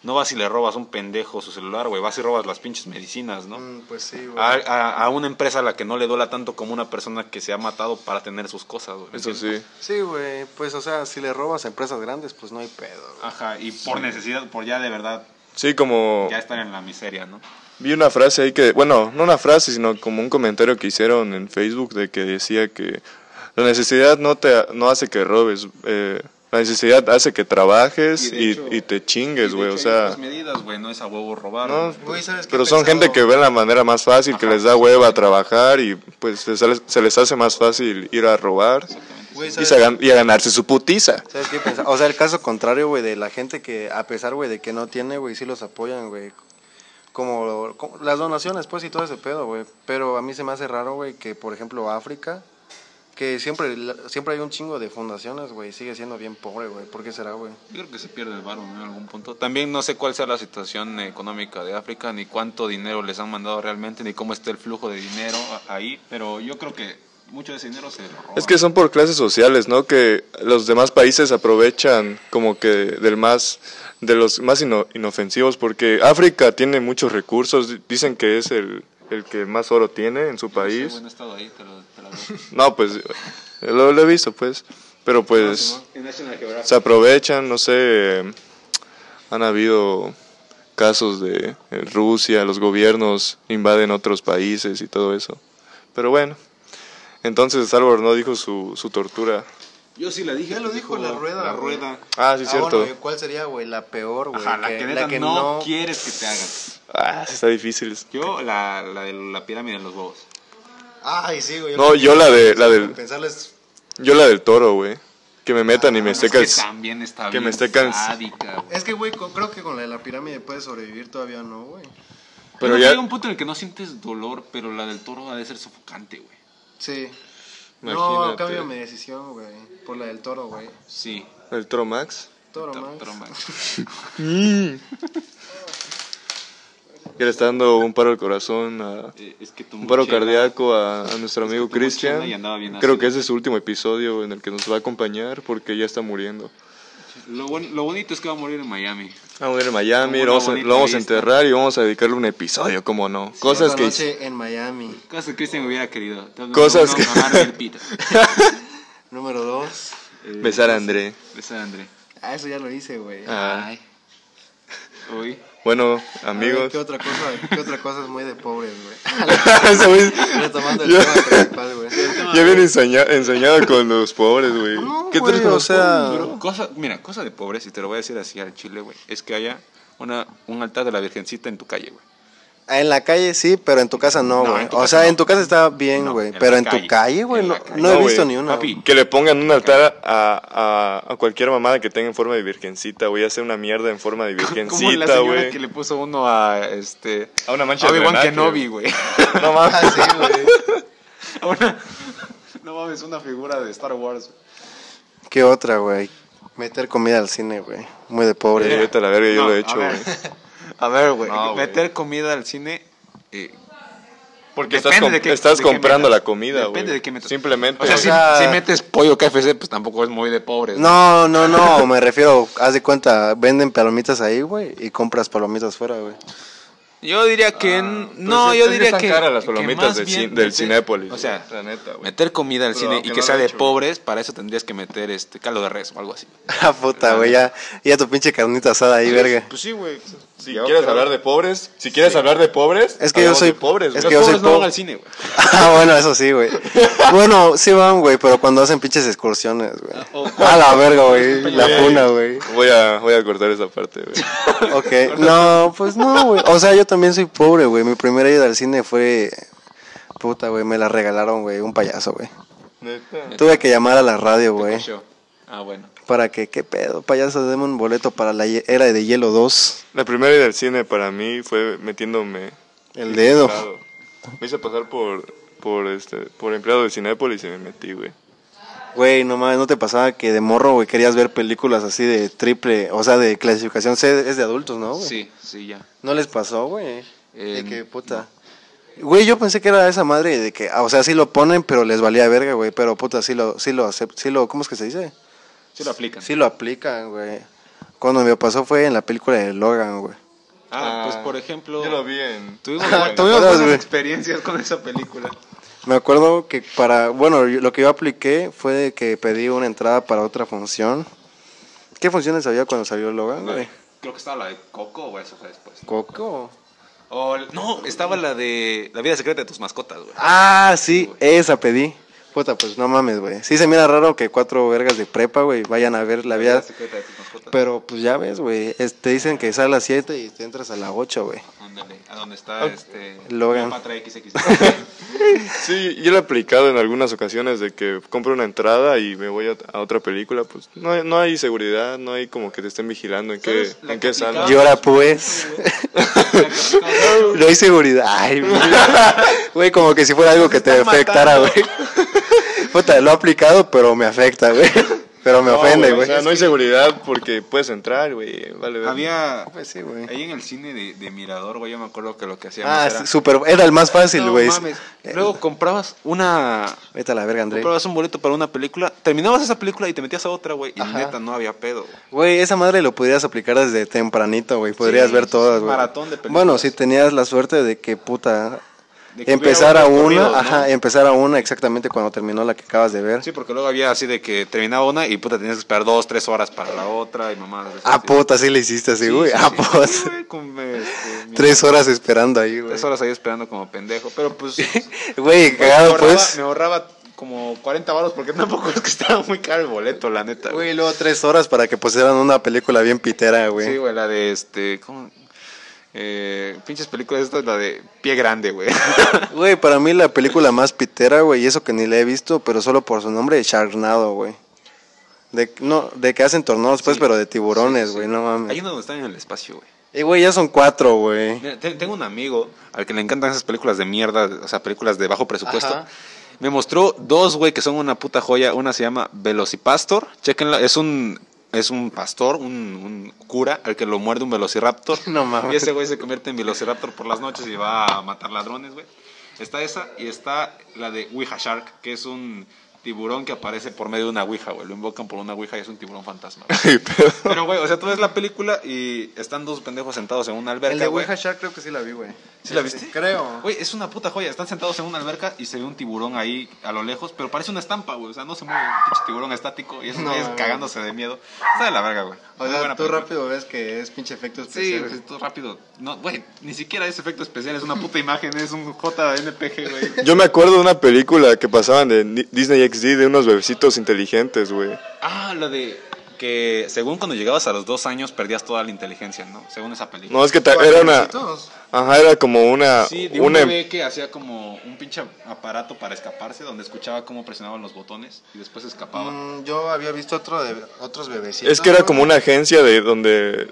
[SPEAKER 4] No vas si le robas a un pendejo su celular, güey, vas y robas las pinches medicinas, ¿no?
[SPEAKER 2] Mm, pues sí, güey.
[SPEAKER 4] A, a- a una empresa a la que no le duela tanto como una persona que se ha matado para tener sus cosas, güey. ¿me
[SPEAKER 1] Eso
[SPEAKER 4] entiendes?
[SPEAKER 1] sí.
[SPEAKER 2] Sí, güey. Pues, o sea, si le robas a empresas grandes, pues no hay pedo, güey.
[SPEAKER 13] Ajá, y por necesidad, por ya de verdad,
[SPEAKER 1] Sí, como...
[SPEAKER 13] ya estar en la miseria, ¿no?
[SPEAKER 1] Vi una frase ahí que, bueno, no una frase, sino como un comentario que hicieron en Facebook de que decía que La necesidad no, te, no hace que robes. eh, la necesidad hace que trabajes
[SPEAKER 14] de
[SPEAKER 1] y,
[SPEAKER 14] hecho-
[SPEAKER 1] y te chingues,
[SPEAKER 14] de
[SPEAKER 1] güey.
[SPEAKER 14] hecho,
[SPEAKER 1] O
[SPEAKER 14] hay
[SPEAKER 1] sea,
[SPEAKER 14] otras medidas, güey, no es a huevo robar.
[SPEAKER 1] no,
[SPEAKER 14] güey.
[SPEAKER 2] Güey, ¿sabes
[SPEAKER 1] Ah,
[SPEAKER 2] qué
[SPEAKER 1] pero son
[SPEAKER 2] pensaba?
[SPEAKER 1] gente que ve la manera más fácil, que les da hueva a trabajar y pues se, sale- se les hace más fácil ir a robar
[SPEAKER 2] Güey,
[SPEAKER 1] y,
[SPEAKER 2] ¿sabes?
[SPEAKER 1] se gan- y a ganarse su putiza.
[SPEAKER 2] ¿Sabes qué pensaba? O sea, el caso contrario, güey, de la gente que, a pesar, güey, de que no tiene, güey, sí los apoyan, güey. Como, como las donaciones, pues, y todo ese pedo, güey. Pero a mí se me hace raro, güey, que, por ejemplo, África, que siempre, la- siempre hay un chingo de fundaciones, güey, sigue siendo bien pobre, güey. ¿Por qué será, güey?
[SPEAKER 4] Yo creo que se pierde el varo ¿no? en algún punto. También no sé cuál sea la situación económica de África, ni cuánto dinero les han mandado realmente, ni cómo está el flujo de dinero a- ahí, pero yo creo que mucho de ese dinero se lo roban.
[SPEAKER 1] Es que son por clases sociales, ¿no? Que los demás países aprovechan como que del más de los más ino- inofensivos porque África tiene muchos recursos, di- dicen que es el, el que más oro tiene en su
[SPEAKER 4] Sí,
[SPEAKER 1] país.
[SPEAKER 4] bueno, he estado ahí, te lo, te lo doy.
[SPEAKER 1] No, pues lo, lo he visto, pues, pero
[SPEAKER 4] Ah,
[SPEAKER 1] pues
[SPEAKER 14] En National Geographic.
[SPEAKER 1] se aprovechan, no sé, eh, han habido casos de eh, Rusia, los gobiernos invaden otros países y todo eso. Pero bueno, entonces Álvaro no dijo su, su tortura.
[SPEAKER 14] Yo sí la dije.
[SPEAKER 2] Ya lo
[SPEAKER 14] te
[SPEAKER 2] dijo la rueda,
[SPEAKER 14] La
[SPEAKER 2] güey.
[SPEAKER 14] rueda.
[SPEAKER 1] Ah, sí,
[SPEAKER 2] Ah,
[SPEAKER 1] cierto.
[SPEAKER 2] bueno, ¿y ¿Cuál sería, güey, la peor, güey?
[SPEAKER 14] Ajá, la que, neta no, quieres que te hagan.
[SPEAKER 1] Ah, sí está difícil.
[SPEAKER 14] Yo, la, la de la pirámide de los huevos.
[SPEAKER 2] Ay, sí, güey.
[SPEAKER 1] No, yo la de- la del-
[SPEAKER 2] Pensarles...
[SPEAKER 1] Yo la del toro, güey. Que me metan y
[SPEAKER 4] Ah,
[SPEAKER 1] me
[SPEAKER 14] Es
[SPEAKER 1] seca
[SPEAKER 14] que
[SPEAKER 1] el...
[SPEAKER 14] también está
[SPEAKER 1] que me
[SPEAKER 14] bien
[SPEAKER 1] esté cans-
[SPEAKER 14] sádica, güey.
[SPEAKER 2] Es que, güey, co- creo que con la de la pirámide puedes sobrevivir todavía, ¿no, güey?
[SPEAKER 1] Pero
[SPEAKER 4] Pero
[SPEAKER 1] ya-
[SPEAKER 4] Llega un punto en el que no sientes dolor, pero la del toro ha de ser sofocante, güey.
[SPEAKER 2] Sí. No,
[SPEAKER 1] Imagínate.
[SPEAKER 2] cambio mi decisión, güey. Por la del toro, güey.
[SPEAKER 4] Sí,
[SPEAKER 1] ¿El toro Max?
[SPEAKER 2] Toro,
[SPEAKER 4] tor-
[SPEAKER 2] man.
[SPEAKER 4] toro max.
[SPEAKER 1] Que le está dando un paro al corazón, a-
[SPEAKER 4] Eh, es que tu
[SPEAKER 1] un paro
[SPEAKER 4] mochila-
[SPEAKER 1] cardíaco a, a nuestro amigo
[SPEAKER 4] tuvo chela
[SPEAKER 1] Christian.
[SPEAKER 4] y andaba bien
[SPEAKER 1] Creo
[SPEAKER 4] ácido.
[SPEAKER 1] que ese es su último episodio en el que nos va a acompañar porque ya está muriendo.
[SPEAKER 4] Lo, buen- lo bonito es que va a morir en Miami.
[SPEAKER 1] Vamos a ir a Miami,
[SPEAKER 4] Una
[SPEAKER 1] lo vamos, a,
[SPEAKER 4] bonita
[SPEAKER 1] lo vamos a
[SPEAKER 4] vista.
[SPEAKER 1] enterrar y vamos a dedicarle un episodio, como no. Cosas que...
[SPEAKER 2] Otra noche en Miami.
[SPEAKER 4] Cosas que Cristian hubiera querido.
[SPEAKER 1] Cosas
[SPEAKER 4] No,
[SPEAKER 1] que-
[SPEAKER 4] no, mamarme el pito.
[SPEAKER 2] Número dos.
[SPEAKER 1] [laughs]
[SPEAKER 4] Eh,
[SPEAKER 1] Besar a André.
[SPEAKER 4] Besar a André.
[SPEAKER 2] Ah, eso ya lo hice, güey. A
[SPEAKER 1] Ah,
[SPEAKER 4] Ay. Uy.
[SPEAKER 1] Bueno,
[SPEAKER 2] ver,
[SPEAKER 1] amigos. [laughs]
[SPEAKER 2] ¿Qué otra [laughs] cosa? ¿Qué otra cosa es muy de pobres, güey?
[SPEAKER 1] Ese güey-
[SPEAKER 2] Retomando el
[SPEAKER 1] Yo-
[SPEAKER 2] tema principal, güey.
[SPEAKER 1] Ya bien enseña- enseñado con los pobres, güey.
[SPEAKER 2] No,
[SPEAKER 1] ¿Qué
[SPEAKER 2] güey,
[SPEAKER 1] tal con
[SPEAKER 2] o
[SPEAKER 1] los
[SPEAKER 2] sea,
[SPEAKER 1] pobres, bro?
[SPEAKER 4] Ah, Cosa, mira, cosa de pobres, y te lo voy a decir así al chile, güey, es que haya una, un altar de la Virgencita en tu calle, güey.
[SPEAKER 2] Ah, En la calle sí, pero en tu casa no,
[SPEAKER 4] No,
[SPEAKER 2] güey.
[SPEAKER 4] en tu
[SPEAKER 2] O
[SPEAKER 4] casa
[SPEAKER 2] sea,
[SPEAKER 4] no.
[SPEAKER 2] en tu casa está bien,
[SPEAKER 4] No,
[SPEAKER 2] güey.
[SPEAKER 4] en
[SPEAKER 2] pero
[SPEAKER 4] la
[SPEAKER 2] en tu
[SPEAKER 4] calle.
[SPEAKER 2] calle, güey,
[SPEAKER 4] En
[SPEAKER 2] no,
[SPEAKER 4] la calle.
[SPEAKER 2] no he
[SPEAKER 1] No,
[SPEAKER 2] visto
[SPEAKER 1] güey.
[SPEAKER 2] ni una.
[SPEAKER 4] Papi.
[SPEAKER 2] güey.
[SPEAKER 1] Que le pongan un altar a, a- a cualquier mamada que tenga en forma de virgencita, güey. Hace una mierda en forma de
[SPEAKER 4] Como la
[SPEAKER 1] virgencita,
[SPEAKER 4] señora
[SPEAKER 1] güey. Eh,
[SPEAKER 4] que le puso uno a este
[SPEAKER 1] A una mancha
[SPEAKER 4] a Obi-Wan
[SPEAKER 1] drenaje,
[SPEAKER 4] Kenobi,
[SPEAKER 1] [laughs]
[SPEAKER 4] güey.
[SPEAKER 1] güey. No mames.
[SPEAKER 2] Ah, sí, güey.
[SPEAKER 4] A una- no mames, una figura de Star Wars. güey.
[SPEAKER 2] ¿Qué otra, güey? Meter comida al cine, güey. Muy de
[SPEAKER 1] Pobre,
[SPEAKER 2] pobre.
[SPEAKER 1] vete a la verga, yo
[SPEAKER 4] No,
[SPEAKER 1] lo he
[SPEAKER 4] a
[SPEAKER 1] hecho,
[SPEAKER 4] ver. Ah,
[SPEAKER 1] güey.
[SPEAKER 4] [laughs] A ver, güey,
[SPEAKER 1] No, güey.
[SPEAKER 4] meter comida al cine eh,
[SPEAKER 1] Porque estás,
[SPEAKER 4] Depende
[SPEAKER 1] com-
[SPEAKER 4] de qué-
[SPEAKER 1] estás
[SPEAKER 4] de qué
[SPEAKER 1] comprando
[SPEAKER 4] metas.
[SPEAKER 1] la comida, güey.
[SPEAKER 4] Depende de qué metas.
[SPEAKER 1] Simplemente.
[SPEAKER 4] O sea,
[SPEAKER 2] O
[SPEAKER 4] si,
[SPEAKER 2] sea-
[SPEAKER 4] si metes pollo KFC, pues tampoco es muy de pobres. ¿no?
[SPEAKER 2] No, no, no, me refiero, haz de cuenta, venden palomitas ahí, güey, y compras palomitas fuera, güey. [laughs]
[SPEAKER 4] Yo diría que. n- no,
[SPEAKER 1] Pues
[SPEAKER 4] yo
[SPEAKER 1] es- es
[SPEAKER 4] diría
[SPEAKER 1] tan
[SPEAKER 4] que.
[SPEAKER 1] cara las
[SPEAKER 4] que
[SPEAKER 1] palomitas
[SPEAKER 4] más
[SPEAKER 1] del,
[SPEAKER 4] bien
[SPEAKER 1] cin- del
[SPEAKER 4] meter-
[SPEAKER 1] Cinépolis.
[SPEAKER 4] O sea,
[SPEAKER 1] la neta, güey.
[SPEAKER 4] meter comida al
[SPEAKER 1] Pero
[SPEAKER 4] cine
[SPEAKER 1] aunque
[SPEAKER 4] y
[SPEAKER 1] no
[SPEAKER 4] que
[SPEAKER 1] lo
[SPEAKER 4] sea
[SPEAKER 1] he
[SPEAKER 4] de
[SPEAKER 1] hecho,
[SPEAKER 4] pobres, para eso tendrías que meter este caldo de res o algo así.
[SPEAKER 2] Ah, puta, güey, ya, ya tu pinche carnita asada ahí, verga. [laughs]
[SPEAKER 1] Pues sí, güey. Si quieres hablar de pobres, si quieres
[SPEAKER 4] Sí.
[SPEAKER 1] hablar de pobres,
[SPEAKER 2] Es que yo
[SPEAKER 1] hablamos
[SPEAKER 2] soy-
[SPEAKER 1] de pobres,
[SPEAKER 2] es
[SPEAKER 1] güey.
[SPEAKER 2] que yo
[SPEAKER 4] Los
[SPEAKER 2] soy
[SPEAKER 4] pobres no
[SPEAKER 2] po-
[SPEAKER 4] van al cine, güey.
[SPEAKER 2] Ah, bueno, eso sí, güey. Bueno, sí van, güey, pero cuando hacen pinches excursiones, güey. A la verga, güey, la puna, güey.
[SPEAKER 1] Voy a, voy a cortar esa parte, güey.
[SPEAKER 2] Ok, no, pues no, güey. O sea, yo también soy pobre, güey. Mi primera ida al cine fue, puta, güey, me la regalaron, güey, un payaso, güey.
[SPEAKER 1] Neta.
[SPEAKER 2] Tuve que llamar a la radio, güey.
[SPEAKER 4] Ah, bueno.
[SPEAKER 2] Para que, qué pedo, payaso, deme un boleto para la hie- era de hielo 2.
[SPEAKER 1] La primera idea del cine para mí fue metiéndome
[SPEAKER 2] El dedo.
[SPEAKER 1] infiltrado. Me hice pasar por por este por empleado de Cinépolis y me metí, güey.
[SPEAKER 2] Güey, no mames, ¿no te pasaba que de morro, güey, querías ver películas así de triple, o sea, de clasificación C, es de adultos, ¿no, güey?
[SPEAKER 4] Sí, sí, ya.
[SPEAKER 2] ¿No les pasó, güey?
[SPEAKER 4] Eh,
[SPEAKER 2] de que, puta. Güey, yo pensé que era esa madre de que, ah, o sea, sí lo ponen, pero les valía verga, güey, pero puta, sí lo, sí lo acep- sí lo, ¿cómo es que se dice?
[SPEAKER 4] Sí lo aplican.
[SPEAKER 2] Sí lo aplican, güey. Cuando me pasó fue en la película de Logan, güey.
[SPEAKER 4] Ah, pues por ejemplo.
[SPEAKER 1] Yo lo vi en
[SPEAKER 4] Tuvimos,
[SPEAKER 2] Ah,
[SPEAKER 4] tuvimos
[SPEAKER 2] todas,
[SPEAKER 4] buenas
[SPEAKER 2] güey.
[SPEAKER 4] experiencias con esa película.
[SPEAKER 2] Me acuerdo que para, bueno, yo- lo que yo apliqué fue que pedí una entrada para otra función. ¿Qué funciones había cuando salió Logan, güey?
[SPEAKER 4] Creo que estaba la de Coco o eso fue después.
[SPEAKER 2] Coco.
[SPEAKER 4] O- no, estaba la de La vida secreta de tus mascotas, güey.
[SPEAKER 2] Ah, sí, esa pedí. Puta, pues no mames, güey. Sí se mira raro que cuatro vergas de prepa, güey, vayan a ver la vida.
[SPEAKER 11] secreta de tus mascotas.
[SPEAKER 2] Pero pues ya ves, güey. es- Te dicen que sale a las 7 y te entras a las 8, güey.
[SPEAKER 11] Ándale, a donde está este.
[SPEAKER 2] Logan.
[SPEAKER 11] Cleopatra
[SPEAKER 4] [laughs]
[SPEAKER 11] XXX.
[SPEAKER 12] Sí, yo lo he aplicado en algunas ocasiones de que compro una entrada y me voy a, a otra película, pues no hay, no hay seguridad, no hay como que te estén vigilando en qué,
[SPEAKER 11] ¿Sabes? La
[SPEAKER 12] en
[SPEAKER 11] que
[SPEAKER 12] qué sala.
[SPEAKER 11] aplicaba-
[SPEAKER 2] Y ahora pues. [laughs] no hay seguridad. Ay, [laughs] güey. Güey, como que si fuera algo que te afectara, güey. [laughs] Puta, lo he aplicado, pero me afecta, güey. Pero me
[SPEAKER 12] No,
[SPEAKER 2] ofende,
[SPEAKER 12] O
[SPEAKER 2] güey.
[SPEAKER 12] sea, no hay seguridad porque puedes entrar, güey. Vale, ver.
[SPEAKER 11] Había.
[SPEAKER 2] Pues sí, güey.
[SPEAKER 11] Ahí en el cine de, de Mirador, güey, yo me acuerdo que lo que hacíamos
[SPEAKER 2] Ah,
[SPEAKER 11] era.
[SPEAKER 2] súper. Era el más fácil,
[SPEAKER 4] No
[SPEAKER 2] güey. Eh,
[SPEAKER 4] mames. Luego comprabas una.
[SPEAKER 2] Vete a la verga, André.
[SPEAKER 4] Comprabas un boleto para una película, terminabas esa película y te metías a otra, güey. Y neta, no había pedo.
[SPEAKER 2] Güey, esa madre lo podrías aplicar desde tempranito, güey. Podrías
[SPEAKER 4] Sí,
[SPEAKER 2] ver
[SPEAKER 4] sí,
[SPEAKER 2] todas,
[SPEAKER 4] sí,
[SPEAKER 2] güey.
[SPEAKER 4] maratón de películas.
[SPEAKER 2] Bueno, si tenías la suerte de que puta.
[SPEAKER 4] De que
[SPEAKER 2] empezar a
[SPEAKER 4] hubiera un
[SPEAKER 2] una,
[SPEAKER 4] recorrido, ¿no?
[SPEAKER 2] ajá, em empezar a una exactamente cuando terminó la que acabas de ver.
[SPEAKER 4] Sí, porque luego había así de que terminaba una y puta tenías que esperar dos, tres horas para la otra y mamá.
[SPEAKER 2] A Ah, puta, sí le hiciste así, güey. A puta.
[SPEAKER 4] Tres
[SPEAKER 2] Tres horas esperando ahí, güey.
[SPEAKER 4] este, Tres horas ahí esperando como pendejo.
[SPEAKER 2] [laughs]
[SPEAKER 4] Pero pues.
[SPEAKER 2] Güey,
[SPEAKER 4] me, ahorraba,
[SPEAKER 2] cagado, pues.
[SPEAKER 4] me ahorraba como 40 baros porque tampoco es que estaba muy caro el boleto, la neta. güey.
[SPEAKER 2] Güey, luego tres horas para que pusieran una película bien pitera,
[SPEAKER 4] Sí,
[SPEAKER 2] güey.
[SPEAKER 4] güey, la de este. ¿cómo? Eh, pinches películas, esta es la de Pie Grande, güey.
[SPEAKER 2] Güey, para mí la película más pitera, güey, y eso que ni la he visto, pero solo por su nombre, Sharknado, güey. De, no, de que hacen tornados, pues, pero de tiburones, güey, no mames.
[SPEAKER 4] [laughs] Hay una donde están en el espacio, güey.
[SPEAKER 2] Y güey, ya son cuatro, güey.
[SPEAKER 4] Mira, te- Tengo un amigo al que le encantan esas películas de mierda, o sea, películas de bajo presupuesto.
[SPEAKER 2] Ajá.
[SPEAKER 4] Me mostró dos, güey, que son una puta joya. Una se llama Velocipastor. Chequenla, es un, es un pastor, un, un cura al que lo muerde un velociraptor.
[SPEAKER 2] [laughs] No mames.
[SPEAKER 4] Y ese güey se convierte en velociraptor por las noches y va a matar ladrones, güey. Está esa y está la de Ouija Shark, que es un tiburón que aparece por medio de una Ouija, güey. Lo invocan por una Ouija y es un tiburón fantasma. güey. Pero, güey, o sea, tú ves la película y están dos pendejos sentados en una alberca,
[SPEAKER 5] El de
[SPEAKER 4] güey.
[SPEAKER 5] Ouija Shark creo que sí la vi, güey.
[SPEAKER 4] ¿Sí la viste?
[SPEAKER 5] Creo.
[SPEAKER 4] Güey, es una puta joya. Están sentados en una alberca y se ve un tiburón ahí a lo lejos, pero parece una estampa, güey. O sea, no se mueve. Un pinche tiburón estático y esos
[SPEAKER 5] No,
[SPEAKER 4] güeyes
[SPEAKER 5] güey.
[SPEAKER 4] cagándose de miedo. Está de la verga, güey.
[SPEAKER 5] O
[SPEAKER 4] Muy
[SPEAKER 5] sea,
[SPEAKER 4] buena
[SPEAKER 5] tú
[SPEAKER 4] película.
[SPEAKER 5] rápido pues, ves que es pinche efecto
[SPEAKER 4] Sí,
[SPEAKER 5] especial.
[SPEAKER 4] güey, tú rápido. No, güey, ni siquiera es efecto especial, es una puta imagen, es un JNPG, güey.
[SPEAKER 12] Yo me acuerdo de una película que pasaban de Ni- Disney XD de unos bebecitos inteligentes, güey.
[SPEAKER 4] Ah, la de que según cuando llegabas a los dos años perdías toda la inteligencia, ¿no? Según esa película.
[SPEAKER 12] No, es que ta- era una... Ajá, era como una...
[SPEAKER 4] Sí, de un
[SPEAKER 12] una em-
[SPEAKER 4] bebé que hacía como un pinche aparato para escaparse, donde escuchaba cómo presionaban los botones y después escapaba.
[SPEAKER 5] Mm, yo había visto otro de, otros bebecitos.
[SPEAKER 12] es que era
[SPEAKER 5] güey.
[SPEAKER 12] como una agencia de donde